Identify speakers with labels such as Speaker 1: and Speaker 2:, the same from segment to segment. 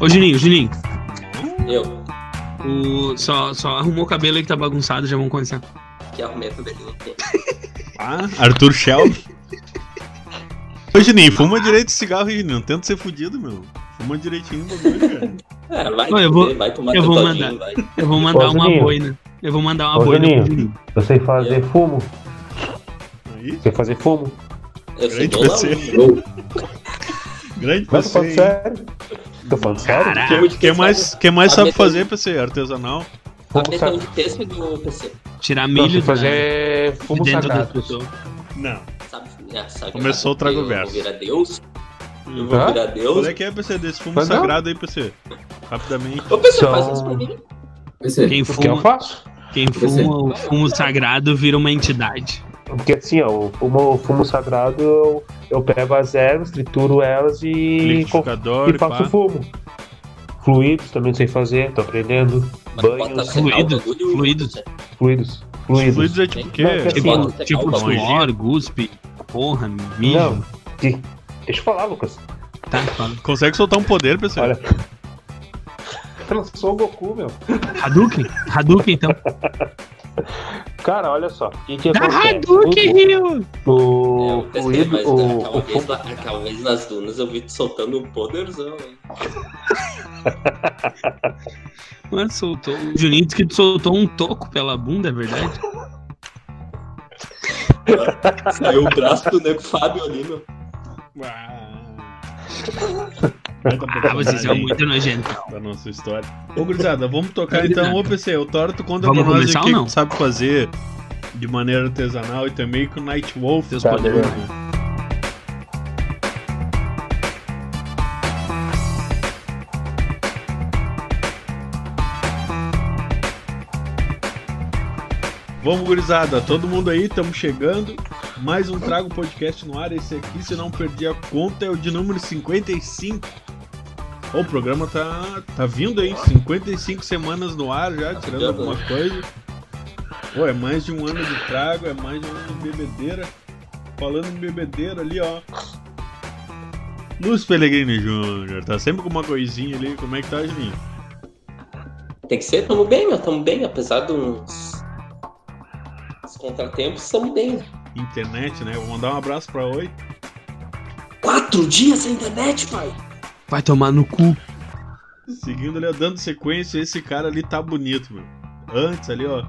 Speaker 1: Ô Juninho, Juninho,
Speaker 2: Eu,
Speaker 1: o... só, só arrumou o cabelo aí que tá bagunçado, já vamos começar.
Speaker 2: que arrumei a cabelinha aqui.
Speaker 3: Ah, Arthur Shelby. Ô, Juninho, fuma direito esse cigarro aí, não tenta ser fudido, meu. Fuma direitinho o bagulho, cara.
Speaker 2: Ah, vai,
Speaker 1: Não, eu
Speaker 2: comer,
Speaker 1: vou-
Speaker 2: vai tomar
Speaker 1: eu
Speaker 2: teu
Speaker 1: vou
Speaker 2: todinho,
Speaker 1: mandar.
Speaker 2: vai.
Speaker 1: Eu vou mandar
Speaker 4: Ô,
Speaker 1: uma
Speaker 4: Juninho.
Speaker 1: boina. Eu vou mandar uma
Speaker 4: Ô,
Speaker 1: boina pro
Speaker 4: Juninho.
Speaker 1: Juninho.
Speaker 4: Eu sei fazer fumo.
Speaker 3: Aí,
Speaker 4: Sei fazer fumo.
Speaker 2: Eu sou
Speaker 3: Grande
Speaker 2: dono
Speaker 3: PC.
Speaker 2: um.
Speaker 3: grande
Speaker 4: Mas tô
Speaker 3: PC.
Speaker 4: falando
Speaker 3: hein?
Speaker 4: sério. Tô falando sério?
Speaker 3: Quem, quem mais, quem mais
Speaker 2: A
Speaker 3: sabe
Speaker 2: meta-
Speaker 3: fazer, PC? Artesanal.
Speaker 2: A
Speaker 4: Fumo
Speaker 2: questão
Speaker 4: sagrado.
Speaker 2: de texto do PC.
Speaker 1: Tirar
Speaker 4: Não,
Speaker 1: um milho
Speaker 4: sei
Speaker 1: da-
Speaker 4: fazer
Speaker 1: de
Speaker 4: fumo
Speaker 1: dentro das
Speaker 4: sagrado.
Speaker 1: pessoas.
Speaker 3: Não.
Speaker 2: Sabe, ah, sabe
Speaker 3: Começou o
Speaker 2: eu
Speaker 3: trago
Speaker 2: vou
Speaker 3: verso.
Speaker 2: virar Deus. Eu vou
Speaker 4: Hã?
Speaker 2: virar
Speaker 3: Qual
Speaker 2: Deus.
Speaker 3: é que é, PC, desse fumo
Speaker 4: Mas não.
Speaker 3: sagrado aí, PC? Rapidamente.
Speaker 2: Ô, pessoal,
Speaker 4: Então-
Speaker 2: faz isso pra mim.
Speaker 5: PC,
Speaker 1: Quem
Speaker 4: Porque é eu
Speaker 1: fuma,
Speaker 4: faço.
Speaker 1: quem fuma o
Speaker 4: assim.
Speaker 1: fumo sagrado vira uma entidade.
Speaker 4: Porque assim, ó, o fumo, o fumo sagrado eu, eu pego as ervas, trituro elas e,
Speaker 3: Liquidificador
Speaker 4: e
Speaker 3: e
Speaker 4: faço
Speaker 3: pá.
Speaker 4: fumo. Fluidos também sei fazer, tô aprendendo.
Speaker 2: Mas bota
Speaker 4: Banhos,
Speaker 2: secar o né?
Speaker 1: fluido,
Speaker 2: bagulho,
Speaker 1: fluido.
Speaker 2: você-
Speaker 4: fluidos. Fluidos.
Speaker 3: Fluidos é tipo o quê?
Speaker 4: Não,
Speaker 1: Tipo,
Speaker 2: Bota secar
Speaker 1: tipo
Speaker 2: o bagulho.
Speaker 1: suor, guspe, porra, mijo.
Speaker 4: um Não. que- Deixa eu falar, Lucas.
Speaker 1: Tá, fala.
Speaker 3: Consegue soltar um poder, PC?
Speaker 4: Olha. Eu não sou o Goku, meu.
Speaker 1: Hadouken? Hadouken, então.
Speaker 4: Cara, olha só. O que, que
Speaker 1: Dá
Speaker 4: acontece?
Speaker 1: Hadouken, Rio!
Speaker 2: É,
Speaker 4: O,
Speaker 2: eu
Speaker 4: o,
Speaker 2: pensei, mas
Speaker 4: o, o,
Speaker 2: aquela
Speaker 4: o
Speaker 2: vez
Speaker 4: fumo
Speaker 2: lá- aquela vez nas dunas eu vi tu soltando um poderzão, hein?
Speaker 1: Mano, soltou. O Juninho disse que tu soltou um toco pela bunda, é verdade?
Speaker 2: Saiu o braço do nego Fábio ali, meu.
Speaker 3: Ah,
Speaker 1: Ah, vocês são muito nojentos.
Speaker 3: da nossa história. Ô, gurizada, vamos tocar então. Ô, PC, o Toro, tu conta
Speaker 1: Vamos
Speaker 3: pra nós
Speaker 1: começar
Speaker 3: o
Speaker 1: ou
Speaker 3: que
Speaker 1: não?
Speaker 3: que tu sabe fazer de maneira artesanal e também com o Night Wolf, teus
Speaker 4: Tá,
Speaker 3: poderes.
Speaker 4: beleza.
Speaker 3: né? Vamos, gurizada, todo mundo aí, estamos chegando. Mais um Trago Podcast no ar. Esse aqui, se não perdi a conta, é o de número 55. Ó, O programa tá, tá vindo aí, 55 semanas no ar já, tirando alguma coisa. Pô, é mais de um ano de trago, é mais de um ano de bebedeira. Falando em bebedeira ali, ó. Luz Pellegrini Júnior, tá sempre com uma coisinha ali. Como é que tá, Juninho?
Speaker 2: Tem que ser, tamo bem, meu, tamo bem, apesar de uns. uns contratempos, tamo bem.
Speaker 3: Internet, né? Vou mandar um abraço pra Oi.
Speaker 2: Quatro dias sem internet, pai!
Speaker 1: Vai tomar no cu.
Speaker 3: Seguindo ali, ó, dando sequência, esse cara ali tá bonito, meu. Antes ali, ó.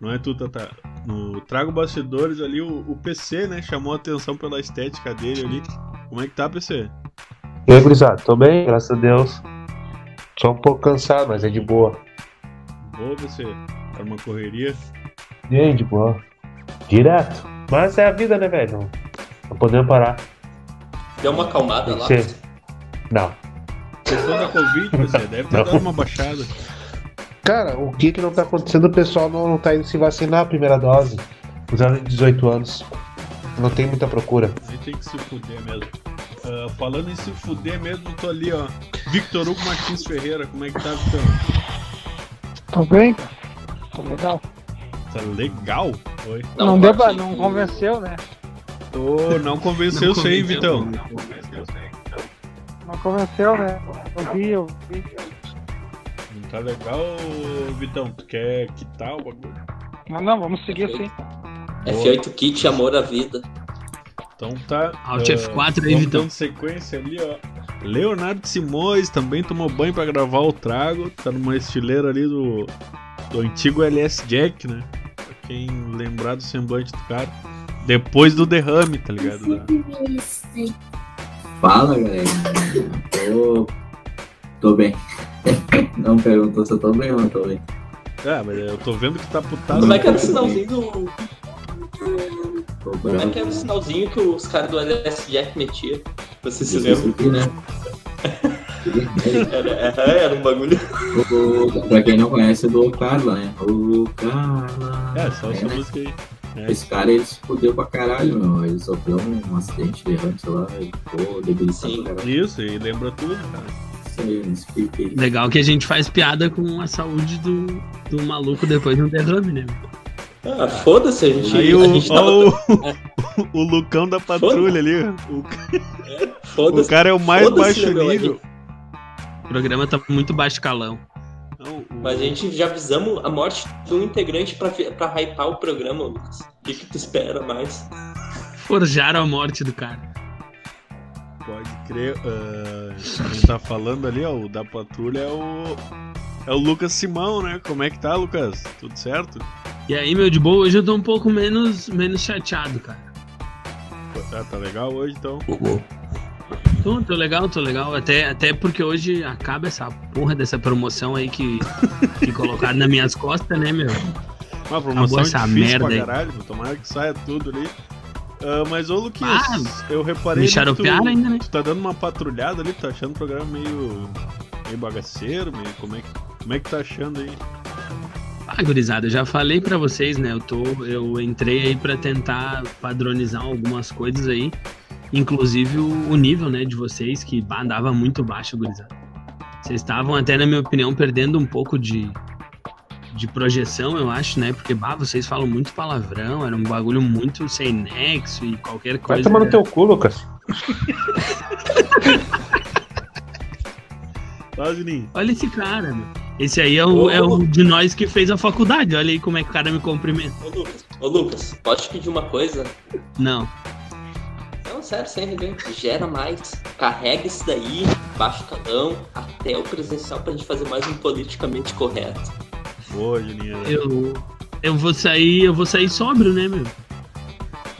Speaker 3: Não é tu, Tata. No Trago Bastidores ali, o, o PC, né? Chamou a atenção pela estética dele ali. Como é que tá, PC?
Speaker 4: E aí, gurizada, tô bem, graças a Deus. Só um pouco cansado, mas é de boa.
Speaker 3: Boa, PC. Era uma correria.
Speaker 4: É de boa. Direto. Mas é a vida, né, velho? Não- Não podemos parar.
Speaker 2: Deu uma acalmada
Speaker 4: Tem que
Speaker 2: lá.
Speaker 4: ser. Não.
Speaker 3: Questão da Covid, PC. Deve ter
Speaker 4: Não.
Speaker 3: dado uma baixada.
Speaker 4: Cara, o que que não tá acontecendo? O pessoal não, não tá indo se vacinar a primeira dose. Os anos de 18 anos. Não tem muita procura.
Speaker 3: Aí tem que se fuder mesmo. Ah, falando em se fuder mesmo, tô ali, ó. Victor Hugo Martins Ferreira, como é que tá, Victor?
Speaker 6: Tô bem, cara. Tô legal.
Speaker 3: Tá legal? Oi.
Speaker 6: Não, deu pra,
Speaker 2: Martin,
Speaker 6: não
Speaker 2: tu-
Speaker 6: convenceu, né?
Speaker 3: Ô, não convenceu
Speaker 1: Não
Speaker 3: você, hein,
Speaker 1: convenceu,
Speaker 3: Vitão?
Speaker 1: não.
Speaker 6: Não convenceu, né? Eu vi, eu vi.
Speaker 3: Não tá legal, Vitão? Tu quer quitar o bagulho?
Speaker 6: Não, não, vamos seguir assim.
Speaker 2: F8 Kit, amor à vida.
Speaker 3: Então tá.
Speaker 1: Alt
Speaker 3: ah,
Speaker 4: É,
Speaker 1: F4 aí,
Speaker 3: vamos
Speaker 1: Vitão.
Speaker 3: dando sequência ali, ó. Leonardo Simões também tomou banho pra gravar o trago. Tá numa estileira ali do, do antigo LS Jack, né? Pra quem lembrar do semblante do cara. Depois do derrame, tá ligado? Da-
Speaker 5: fala galera. Tô, tô bem. Não perguntou se eu tô bem ou não tô bem.
Speaker 3: Ah, mas eu tô vendo que tá putado.
Speaker 2: Como é que era o sinalzinho do.
Speaker 5: Tô
Speaker 2: Como é
Speaker 5: bravo.
Speaker 2: que era o sinalzinho que os caras do LS Jack metiam? Vocês se
Speaker 5: Isso
Speaker 2: lembram?
Speaker 5: aqui, né?
Speaker 2: Era, era- era um bagulho.
Speaker 5: O- pra quem não conhece, é do Carla, né? O Carla.
Speaker 3: É, só essa
Speaker 5: né?
Speaker 3: música aí. É,
Speaker 5: Esse cara ele se fudeu pra caralho, meu. Ele sofreu um acidente de rante lá, ele ficou debilitado
Speaker 2: Sim.
Speaker 5: pra caralho.
Speaker 3: Isso, e lembra tudo, cara.
Speaker 5: Isso aí, eu não sei o que ele-
Speaker 1: Legal que a gente faz piada com a saúde do, do maluco depois de um derrame, né?
Speaker 2: Ah, foda-se, a gente,
Speaker 3: Aí o,
Speaker 2: a gente tava.
Speaker 3: ó, o, o Lucão da patrulha ali, ó. o
Speaker 2: Foda-se.
Speaker 3: O cara é o mais
Speaker 2: Foda-se,
Speaker 3: baixo
Speaker 2: né, meu?
Speaker 3: nível.
Speaker 1: O programa tá muito baixo calão.
Speaker 3: Não, o-
Speaker 2: Mas a gente já avisamos a morte de um integrante pra, fi- pra hypar o programa, Lucas. O que, que tu espera mais?
Speaker 1: Forjaram a morte do cara.
Speaker 3: Pode crer. ah, quem tá falando ali, ó, o da patrulha é o. É o Lucas Simão, né? Como é que tá, Lucas? Tudo certo?
Speaker 1: E aí, meu de boa, hoje eu tô um pouco menos, menos chateado, cara.
Speaker 3: Tá, tá legal hoje, então.
Speaker 1: Tô, tô legal, tô legal. Até, até porque hoje acaba essa porra dessa promoção aí que, que colocaram nas minhas costas, né, meu?
Speaker 2: tá
Speaker 3: Uma promoção
Speaker 1: Acabou essa
Speaker 3: difícil
Speaker 1: merda
Speaker 3: pra
Speaker 1: aí.
Speaker 3: caralho, mas tomara que saia tudo ali. Ah, mas, ô Luquinhas,
Speaker 1: Ah,
Speaker 3: eu reparei
Speaker 1: Me
Speaker 3: ali que tu,
Speaker 1: xaropearam ainda, né?
Speaker 3: tu tá dando uma patrulhada ali, tá achando o programa meio. meio bagaceiro, meio. Como é que, como é que tá achando aí?
Speaker 1: Ah, gurizada, eu já falei pra vocês, né? Eu, tô, eu entrei aí pra tentar padronizar algumas coisas aí. Inclusive o, o nível, né, de vocês, que bah, andava muito baixo, gurizada. Vocês estavam até, na minha opinião, perdendo um pouco de, de projeção, eu acho, né? Porque, bah, vocês falam muito palavrão, era um bagulho muito sem nexo e qualquer
Speaker 4: Vai
Speaker 1: coisa. né?
Speaker 4: tomar no teu cu, Lucas.
Speaker 3: Tá, Juninho?
Speaker 1: Olha esse cara, meu. Esse aí é o, é o de nós que fez a faculdade. Olha aí como é que o cara me cumprimenta.
Speaker 2: Ô Lucas, ô Lucas, posso te pedir uma coisa?
Speaker 1: Não.
Speaker 2: Não, sério, sem rever. Gera mais. Carrega isso daí, baixa o calão, até o presencial pra gente fazer mais um politicamente correto.
Speaker 3: Boa, Juninho.
Speaker 1: Eu, eu vou sair, eu vou sair sóbrio, né, meu?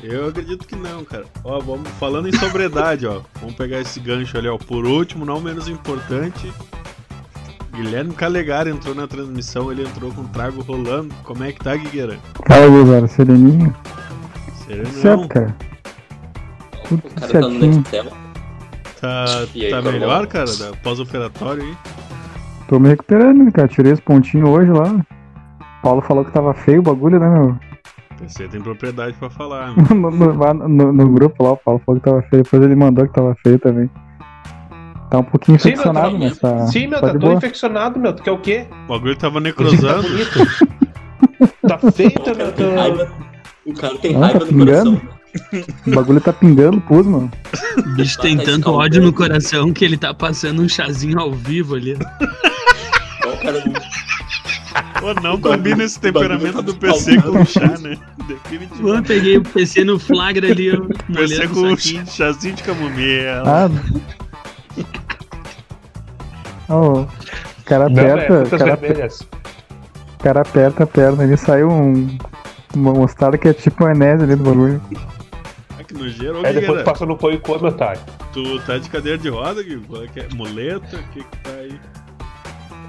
Speaker 3: Eu acredito que não, cara. Ó, vamos falando em sobriedade, ó. Vamos pegar esse gancho ali, ó. Por último, não menos importante, Guilherme Calegari entrou na transmissão, ele entrou com o trago rolando. Como é que tá, Guigueira?
Speaker 7: Fala, Guilherme, sereninho?
Speaker 3: Serenão.
Speaker 7: Certo, cara. Tudo
Speaker 2: O cara
Speaker 7: é
Speaker 2: tá no
Speaker 7: certinho.
Speaker 2: Nextel.
Speaker 3: Tá,
Speaker 2: E aí,
Speaker 3: tá
Speaker 2: tá
Speaker 3: melhor,
Speaker 2: bom?
Speaker 3: cara? Da pós-operatório aí?
Speaker 7: Tô me recuperando, né, cara. Tirei os pontinhos hoje lá. Paulo falou que tava feio o bagulho, né, meu?
Speaker 3: Você tem propriedade pra falar, né?
Speaker 7: No, no- lá no- no grupo lá, o Paulo falou que tava feio. Depois ele mandou que tava feio também. Tá um pouquinho
Speaker 4: Sim,
Speaker 7: infeccionado,
Speaker 4: meu,
Speaker 7: mas tá.
Speaker 4: Sim, meu,
Speaker 7: tá
Speaker 4: tá
Speaker 7: de
Speaker 4: todo
Speaker 7: boa.
Speaker 4: infeccionado, meu. Tu quer o quê?
Speaker 3: O bagulho tava
Speaker 4: Tá
Speaker 3: necrosando.
Speaker 4: bonito. tá feio, teu,
Speaker 2: cara
Speaker 4: meu.
Speaker 2: tem
Speaker 4: teu-
Speaker 2: raiva. O cara tem
Speaker 7: Ah,
Speaker 2: raiva
Speaker 7: tá
Speaker 2: no coração.
Speaker 7: O bagulho tá pingando pus, mano.
Speaker 1: O bicho tem
Speaker 2: Tá
Speaker 1: tanto
Speaker 2: escaldando.
Speaker 1: ódio no coração que ele tá passando um chazinho ao vivo ali.
Speaker 2: Ó, o cara
Speaker 3: Pô, não combina esse temperamento do PC com o chá, né? Definitivo.
Speaker 1: Eu peguei o PC no flagra ali, eu molhei
Speaker 3: PC
Speaker 1: no
Speaker 3: com o
Speaker 1: saquinho.
Speaker 3: chazinho de camomila.
Speaker 4: é?
Speaker 7: Ah. Ó, Ah. o cara
Speaker 4: Não, é
Speaker 7: aperta,
Speaker 4: frutas
Speaker 7: Tá cara,
Speaker 4: vermelhas.
Speaker 7: cara aperta a perna. Ele saiu um. Uma mostarda que é tipo maionese ali do bagulho.
Speaker 3: Ah, que nojeiro. Ô,
Speaker 4: Aí É, depois
Speaker 3: Guigueira,
Speaker 4: tu passa no pão e come, otário.
Speaker 3: Tu tá de cadeira de roda, Gui? Qual é que é? Muleta? O que que tá aí?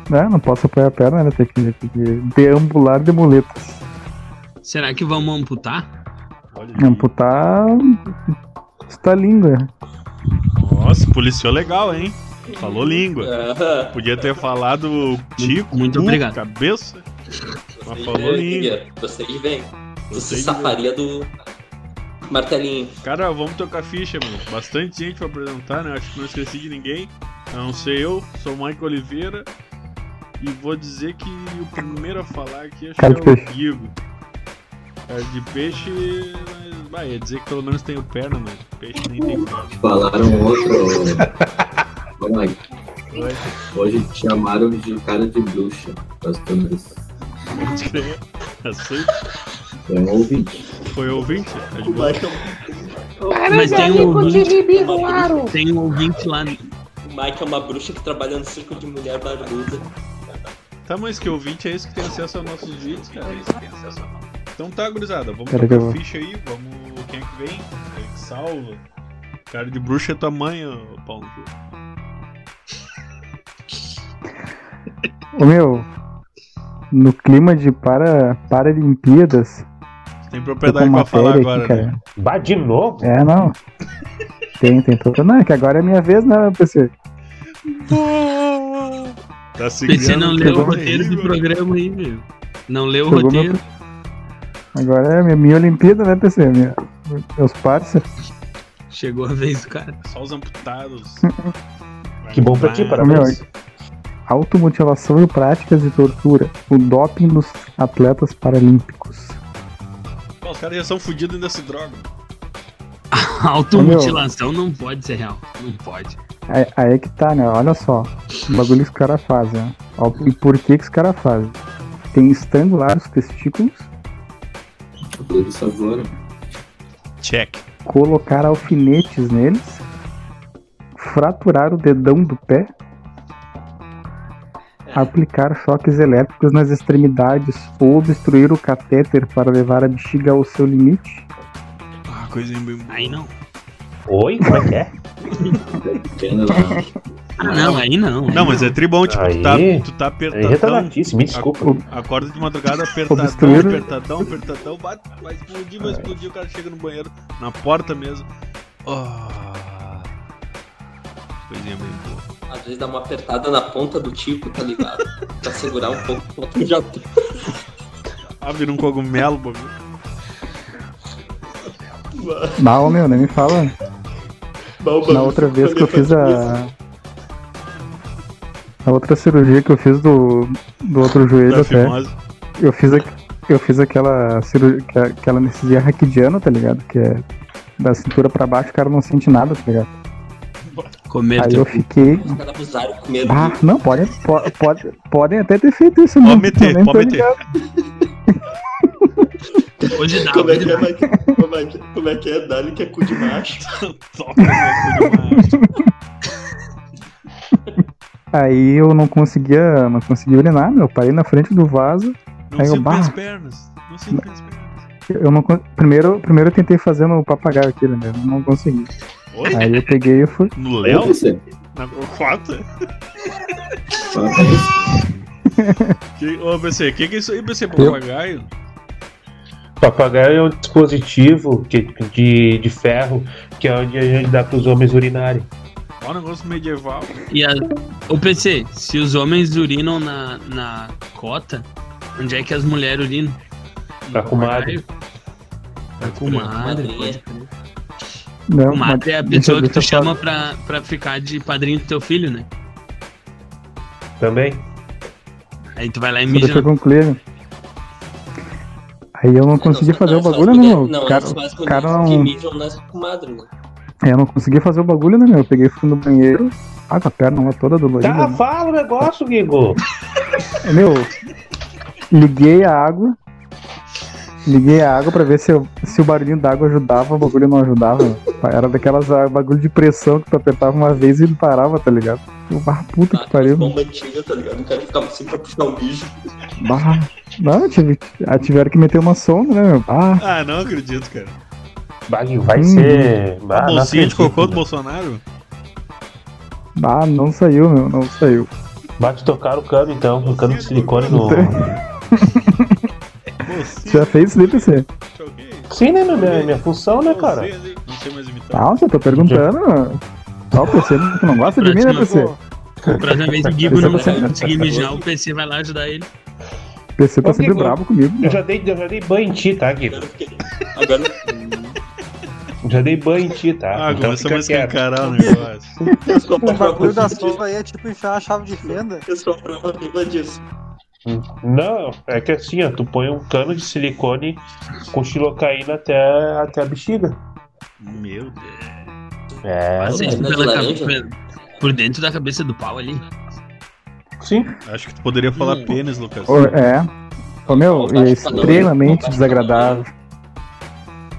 Speaker 7: Não, não posso apoiar a perna, né? Tem que, tem que deambular de muletas.
Speaker 1: Será que vamos amputar?
Speaker 3: Olha
Speaker 7: É um
Speaker 3: aí.
Speaker 7: Amputar. Está língua.
Speaker 3: Nossa, policial legal, hein? Falou língua.
Speaker 2: Ah,
Speaker 3: Podia ter falado tico,
Speaker 1: Muito
Speaker 3: cu,
Speaker 1: obrigado.
Speaker 3: cabeça. Mas
Speaker 2: vocês
Speaker 3: falou
Speaker 2: vêm,
Speaker 3: língua.
Speaker 2: Guilherme, Vocês vêm.
Speaker 3: Gostei
Speaker 2: Você
Speaker 3: de
Speaker 2: safaria do martelinho.
Speaker 3: Cara, vamos tocar ficha, mano. Bastante gente pra apresentar, né? Acho que não esqueci de ninguém. A não ser eu, sou o Mike Oliveira. E vou dizer que o primeiro a falar aqui acho
Speaker 7: Cara
Speaker 3: que
Speaker 7: de
Speaker 3: é o
Speaker 7: peixe.
Speaker 3: Guigo. Cara de peixe, mas. Vai, ia dizer que pelo menos tenho perna, mano. né, Peixe nem tem perna.
Speaker 5: Falaram outro. Ô, Mike,
Speaker 3: Vai,
Speaker 5: Hoje te chamaram de cara de bruxa. As câmeras.
Speaker 3: pode crer. Aceito.
Speaker 5: É um ouvinte.
Speaker 3: Foi ouvinte? Tá de
Speaker 2: O
Speaker 3: boa.
Speaker 2: Mike é
Speaker 1: Mas tem um, ouvinte,
Speaker 2: uma bruxa.
Speaker 1: tem um ouvinte lá.
Speaker 2: O Mike é uma bruxa que trabalha no circo de mulher barbuda.
Speaker 3: Tá, mas que ouvinte é esse que tem acesso aos nossos vídeos, cara. É esse que tem acesso a nós. Então tá, gurizada, vamos
Speaker 7: Pera que eu
Speaker 3: tocar
Speaker 7: vou.
Speaker 3: ficha aí, vamos. Quem é que vem? Quem é que salva? Cara de bruxa é tua mãe, ô Paulo.
Speaker 7: Ô meu, no clima de para, Paralimpíadas.
Speaker 3: Você tem
Speaker 7: Tô com
Speaker 3: propriedade pra
Speaker 7: uma
Speaker 3: falar
Speaker 7: matéria
Speaker 3: agora,
Speaker 7: aqui, cara.
Speaker 3: né?
Speaker 4: Bah, de novo?
Speaker 7: É, não. Tem, tem todo. Não, é que agora é minha vez, né, PC?
Speaker 3: Tá seguindo.
Speaker 1: PC não leu o
Speaker 7: pegou
Speaker 1: roteiro do programa aí, meu. Não leu o
Speaker 7: Pegou meu-
Speaker 1: roteiro.
Speaker 7: Agora é minha, minha Olimpíada, né, PC? Minha, meus parceiros.
Speaker 1: Chegou a vez do cara.
Speaker 3: Só os amputados.
Speaker 4: Que bom pra ti,
Speaker 3: Vai.
Speaker 4: parabéns.
Speaker 7: Automutilação e práticas de tortura. O doping dos atletas paralímpicos.
Speaker 3: Pô, Os caras já são fodidos ainda se droga.
Speaker 1: Automutilação não pode ser real. Não pode.
Speaker 7: Aí, aí é que tá, né? Olha só. O bagulho que os caras fazem. né? Ó, E por que, que os caras fazem? Tem estrangular os testículos,
Speaker 5: Tudo sabor.
Speaker 8: Check.
Speaker 7: colocar alfinetes neles, fraturar o dedão do pé, aplicar choques elétricos nas extremidades ou obstruir o catéter para levar a bexiga ao seu limite.
Speaker 3: Ah, coisinha bem boa.
Speaker 1: Aí não.
Speaker 9: Oi, como é que é?
Speaker 5: Pena lá.
Speaker 1: Ah, não, aí não. aí
Speaker 3: Não, mas é tribom, tipo, tu tá,
Speaker 9: Aí.
Speaker 3: tu tá
Speaker 9: É
Speaker 3: apertadão.
Speaker 9: retardadíssimo, me desculpa.
Speaker 3: Acorda de madrugada, apertadão,
Speaker 7: Obstruíram.
Speaker 3: apertadão, apertadão, bate, vai explodir, vai explodir, o cara chega no banheiro, na porta mesmo. Ah. Coisinha bem boa.
Speaker 2: Às vezes dá uma apertada na ponta do tico, tá ligado? pra segurar um pouco a ponta de altura.
Speaker 3: Ah, vira um cogumelo, bagulho.
Speaker 7: Bah, ô, meu, nem me fala. Na outra vez que eu fiz a. Na outra cirurgia que eu fiz do, do outro joelho
Speaker 3: Da
Speaker 7: até,
Speaker 3: fimose.
Speaker 7: eu fiz, a, eu fiz aquela, cirurgia, é aquela anestesia raquidiana, tá ligado? Que é da cintura pra baixo, o cara não sente nada, tá ligado?
Speaker 1: Comer
Speaker 7: Aí
Speaker 1: teu
Speaker 3: um
Speaker 7: eu fiquei.
Speaker 2: Os caras usaram com medo.
Speaker 7: Ah, não, podem po- pode, podem até ter feito isso,
Speaker 3: Pode
Speaker 7: não.
Speaker 3: meter,
Speaker 7: eu nem tô
Speaker 3: pode meter.
Speaker 7: ligado.
Speaker 1: Hoje dá,
Speaker 2: Como é que
Speaker 1: hoje
Speaker 2: é,
Speaker 1: dá.
Speaker 2: Mike? Como é que, como é, que é? Dali que é cu de macho.
Speaker 3: Toca, né, meu cu de macho.
Speaker 7: Aí eu não conseguia. Não conseguia urinar, meu. Parei na frente do vaso.
Speaker 3: Não
Speaker 7: Aí eu,
Speaker 3: sempre
Speaker 7: bah.
Speaker 3: as pernas. Não sempre as pernas.
Speaker 7: Eu não, con- primeiro, primeiro eu tentei fazer no papagaio aquele, né? Não consegui.
Speaker 3: Oi?
Speaker 7: Aí eu peguei e fui.
Speaker 3: No
Speaker 5: Léo?
Speaker 3: Léo? Na cocota?
Speaker 5: né?
Speaker 3: Que- Ô, BC, o que, que é isso aí, BC? Papagaio?
Speaker 4: Papagaio é um dispositivo que- de, de ferro que é onde a gente dá pros homens urinarem.
Speaker 3: Ó, um negócio medieval.
Speaker 1: E a... Ô PC, se os homens urinam na, na cota, onde é que as mulheres urinam?
Speaker 4: Na comadre.
Speaker 1: Na comadre, pode
Speaker 2: Madrinha.
Speaker 1: crer.
Speaker 7: Não, né? Então, mas
Speaker 1: Comadre né? é a
Speaker 7: deixa eu-
Speaker 1: pessoa que tu
Speaker 7: deixa eu
Speaker 1: chama pra, pra ficar de padrinho do teu filho, né?
Speaker 4: Também?
Speaker 1: Aí tu vai lá e
Speaker 7: Só deixa
Speaker 1: mija.
Speaker 7: eu concluir. né? Aí eu não consegui fazer o bagulho, né, meu?
Speaker 2: Não,
Speaker 7: Cara,
Speaker 2: as mulheres
Speaker 7: o cara
Speaker 2: que
Speaker 7: não-
Speaker 2: mijam nas comadres, né?
Speaker 7: É, eu não consegui fazer o bagulho, né, meu? Eu peguei fui no banheiro. Ah, com a perna lá toda dolorida.
Speaker 4: Tá, fala o negócio, Guigo!
Speaker 7: né? Meu, liguei a água. Liguei a água pra ver se, eu- se o barulhinho d'água ajudava, o bagulho não ajudava. meu. Era daquelas ah, bagulho de pressão que tu apertava uma vez e ele parava, tá ligado? Eu, ah, puta que pariu, meu.
Speaker 2: bomba antiga, tá ligado? O cara ficava assim pra puxar o mijo.
Speaker 7: Bah. Não, tive, ah, tiveram que meter uma sonda, né, meu? Ah,
Speaker 3: Ah, não acredito, cara.
Speaker 4: Baguinho, vai
Speaker 7: Hum.
Speaker 4: ser. Ah, não
Speaker 3: Bolsinha Um de
Speaker 4: acredito,
Speaker 3: cocô do
Speaker 4: né?
Speaker 3: Bolsonaro?
Speaker 7: ah, não saiu, meu, não saiu.
Speaker 4: Bate tocar o cano então, o cano de silicone no.
Speaker 3: Bolsinha
Speaker 7: Você já fez isso, né, DPC?
Speaker 3: de alguém?
Speaker 4: Sim, né, meu? Minha, minha função, né, cara?
Speaker 3: Bolsinha, assim, Não sei mais imitar.
Speaker 7: Não, só Ah, tô perguntando. Ó, o PC não- tu não gosta de mim, né, PC?
Speaker 1: Próxima vez que o Guigo não
Speaker 7: Você-
Speaker 1: conseguir mijar, o PC vai lá ajudar ele.
Speaker 7: PC tá
Speaker 4: Ô,
Speaker 7: sempre
Speaker 4: Guigo.
Speaker 7: bravo comigo.
Speaker 4: Eu já dei, eu já dei banho em ti, tá, Guigo?
Speaker 2: Agora eu fiquei. Agora.
Speaker 4: Já dei banho em ti, tá?
Speaker 3: Ah,
Speaker 4: Então
Speaker 3: começou a
Speaker 4: fica quieto.
Speaker 3: escancarar o negócio.
Speaker 2: Pessoal,
Speaker 6: O bagulho
Speaker 2: prova
Speaker 6: da sova aí é tipo enfiar a chave de fenda.
Speaker 2: Pessoal, prova viva disso.
Speaker 4: Não, é que assim, ó, tu põe um cano de silicone com xilocaína até, até a bexiga.
Speaker 3: Meu Deus.
Speaker 4: É,
Speaker 1: Passa
Speaker 2: Tá mas
Speaker 1: tipo,
Speaker 2: na
Speaker 1: pela
Speaker 2: de
Speaker 1: cabe-
Speaker 2: laranja?
Speaker 1: pela- por dentro da cabeça do pau ali.
Speaker 4: sim.
Speaker 3: Acho que tu poderia falar
Speaker 1: Hum.
Speaker 3: pênis, Lucas.
Speaker 7: Ô, é. Ô, meu, e é extremamente desagradável.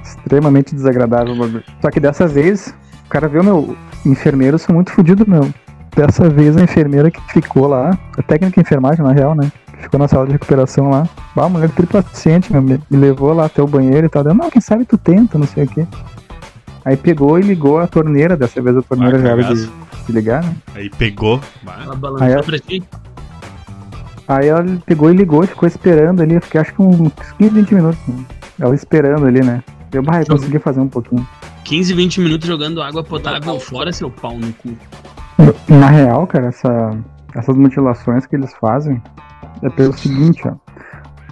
Speaker 7: Extremamente desagradável o bagulho. Só que dessa vez, o cara viu, meu, enfermeiros são muito fodidos, meu. Dessa vez a enfermeira que ficou lá, a técnica de enfermagem, na real, né? que Ficou na sala de recuperação lá. Ah, a mulher tripa paciente, meu, me me levou lá até o banheiro e tal. Deu, não, quem sabe tu tenta, não sei o quê. Aí pegou e ligou a torneira, dessa vez a torneira
Speaker 3: Ah,
Speaker 7: já era de,
Speaker 3: cagaço.
Speaker 7: de ligar, né?
Speaker 3: Aí pegou. Bah.
Speaker 1: Ela
Speaker 7: Aí
Speaker 1: balançou
Speaker 7: ela-
Speaker 1: pra ti.
Speaker 7: Aí ela pegou e ligou, ficou esperando ali, eu fiquei acho que uns 15, 20 minutos. né? Ela esperando ali, né? Eu, bah, eu consegui fazer um pouquinho.
Speaker 1: 15, 20 minutos jogando água potável fora, seu pau no cu.
Speaker 7: Na real, cara, essa- essas mutilações que eles fazem é pelo seguinte, ó.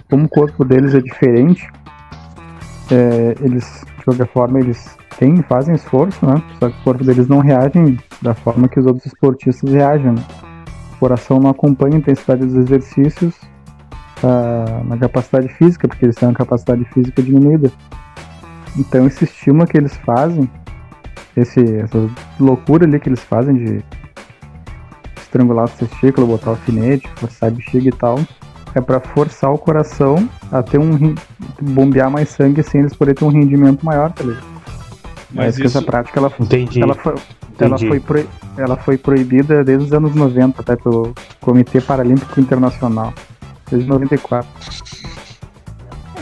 Speaker 7: Como o corpo deles é diferente, é, eles, de qualquer forma, eles têm, fazem esforço, né? Só que o corpo deles não reagem da forma que os outros esportistas reagem. né? O coração não acompanha a intensidade dos exercícios ah, na capacidade física, porque eles têm uma capacidade física diminuída. Então esse estímulo que eles fazem esse, essa loucura ali que eles fazem de estrangular o testículo, botar o alfinete, forçar a bexiga e tal, é pra forçar o coração a ter um ren- bombear mais sangue sem eles poderem ter um rendimento maior, tá ligado?
Speaker 3: Mas
Speaker 7: Mas, que essa
Speaker 3: isso-
Speaker 7: prática ela,
Speaker 4: Entendi.
Speaker 7: ela foi ela
Speaker 4: Entendi.
Speaker 7: foi, proi- ela foi proibida desde os anos 90, até pelo Comitê Paralímpico Internacional, desde 94.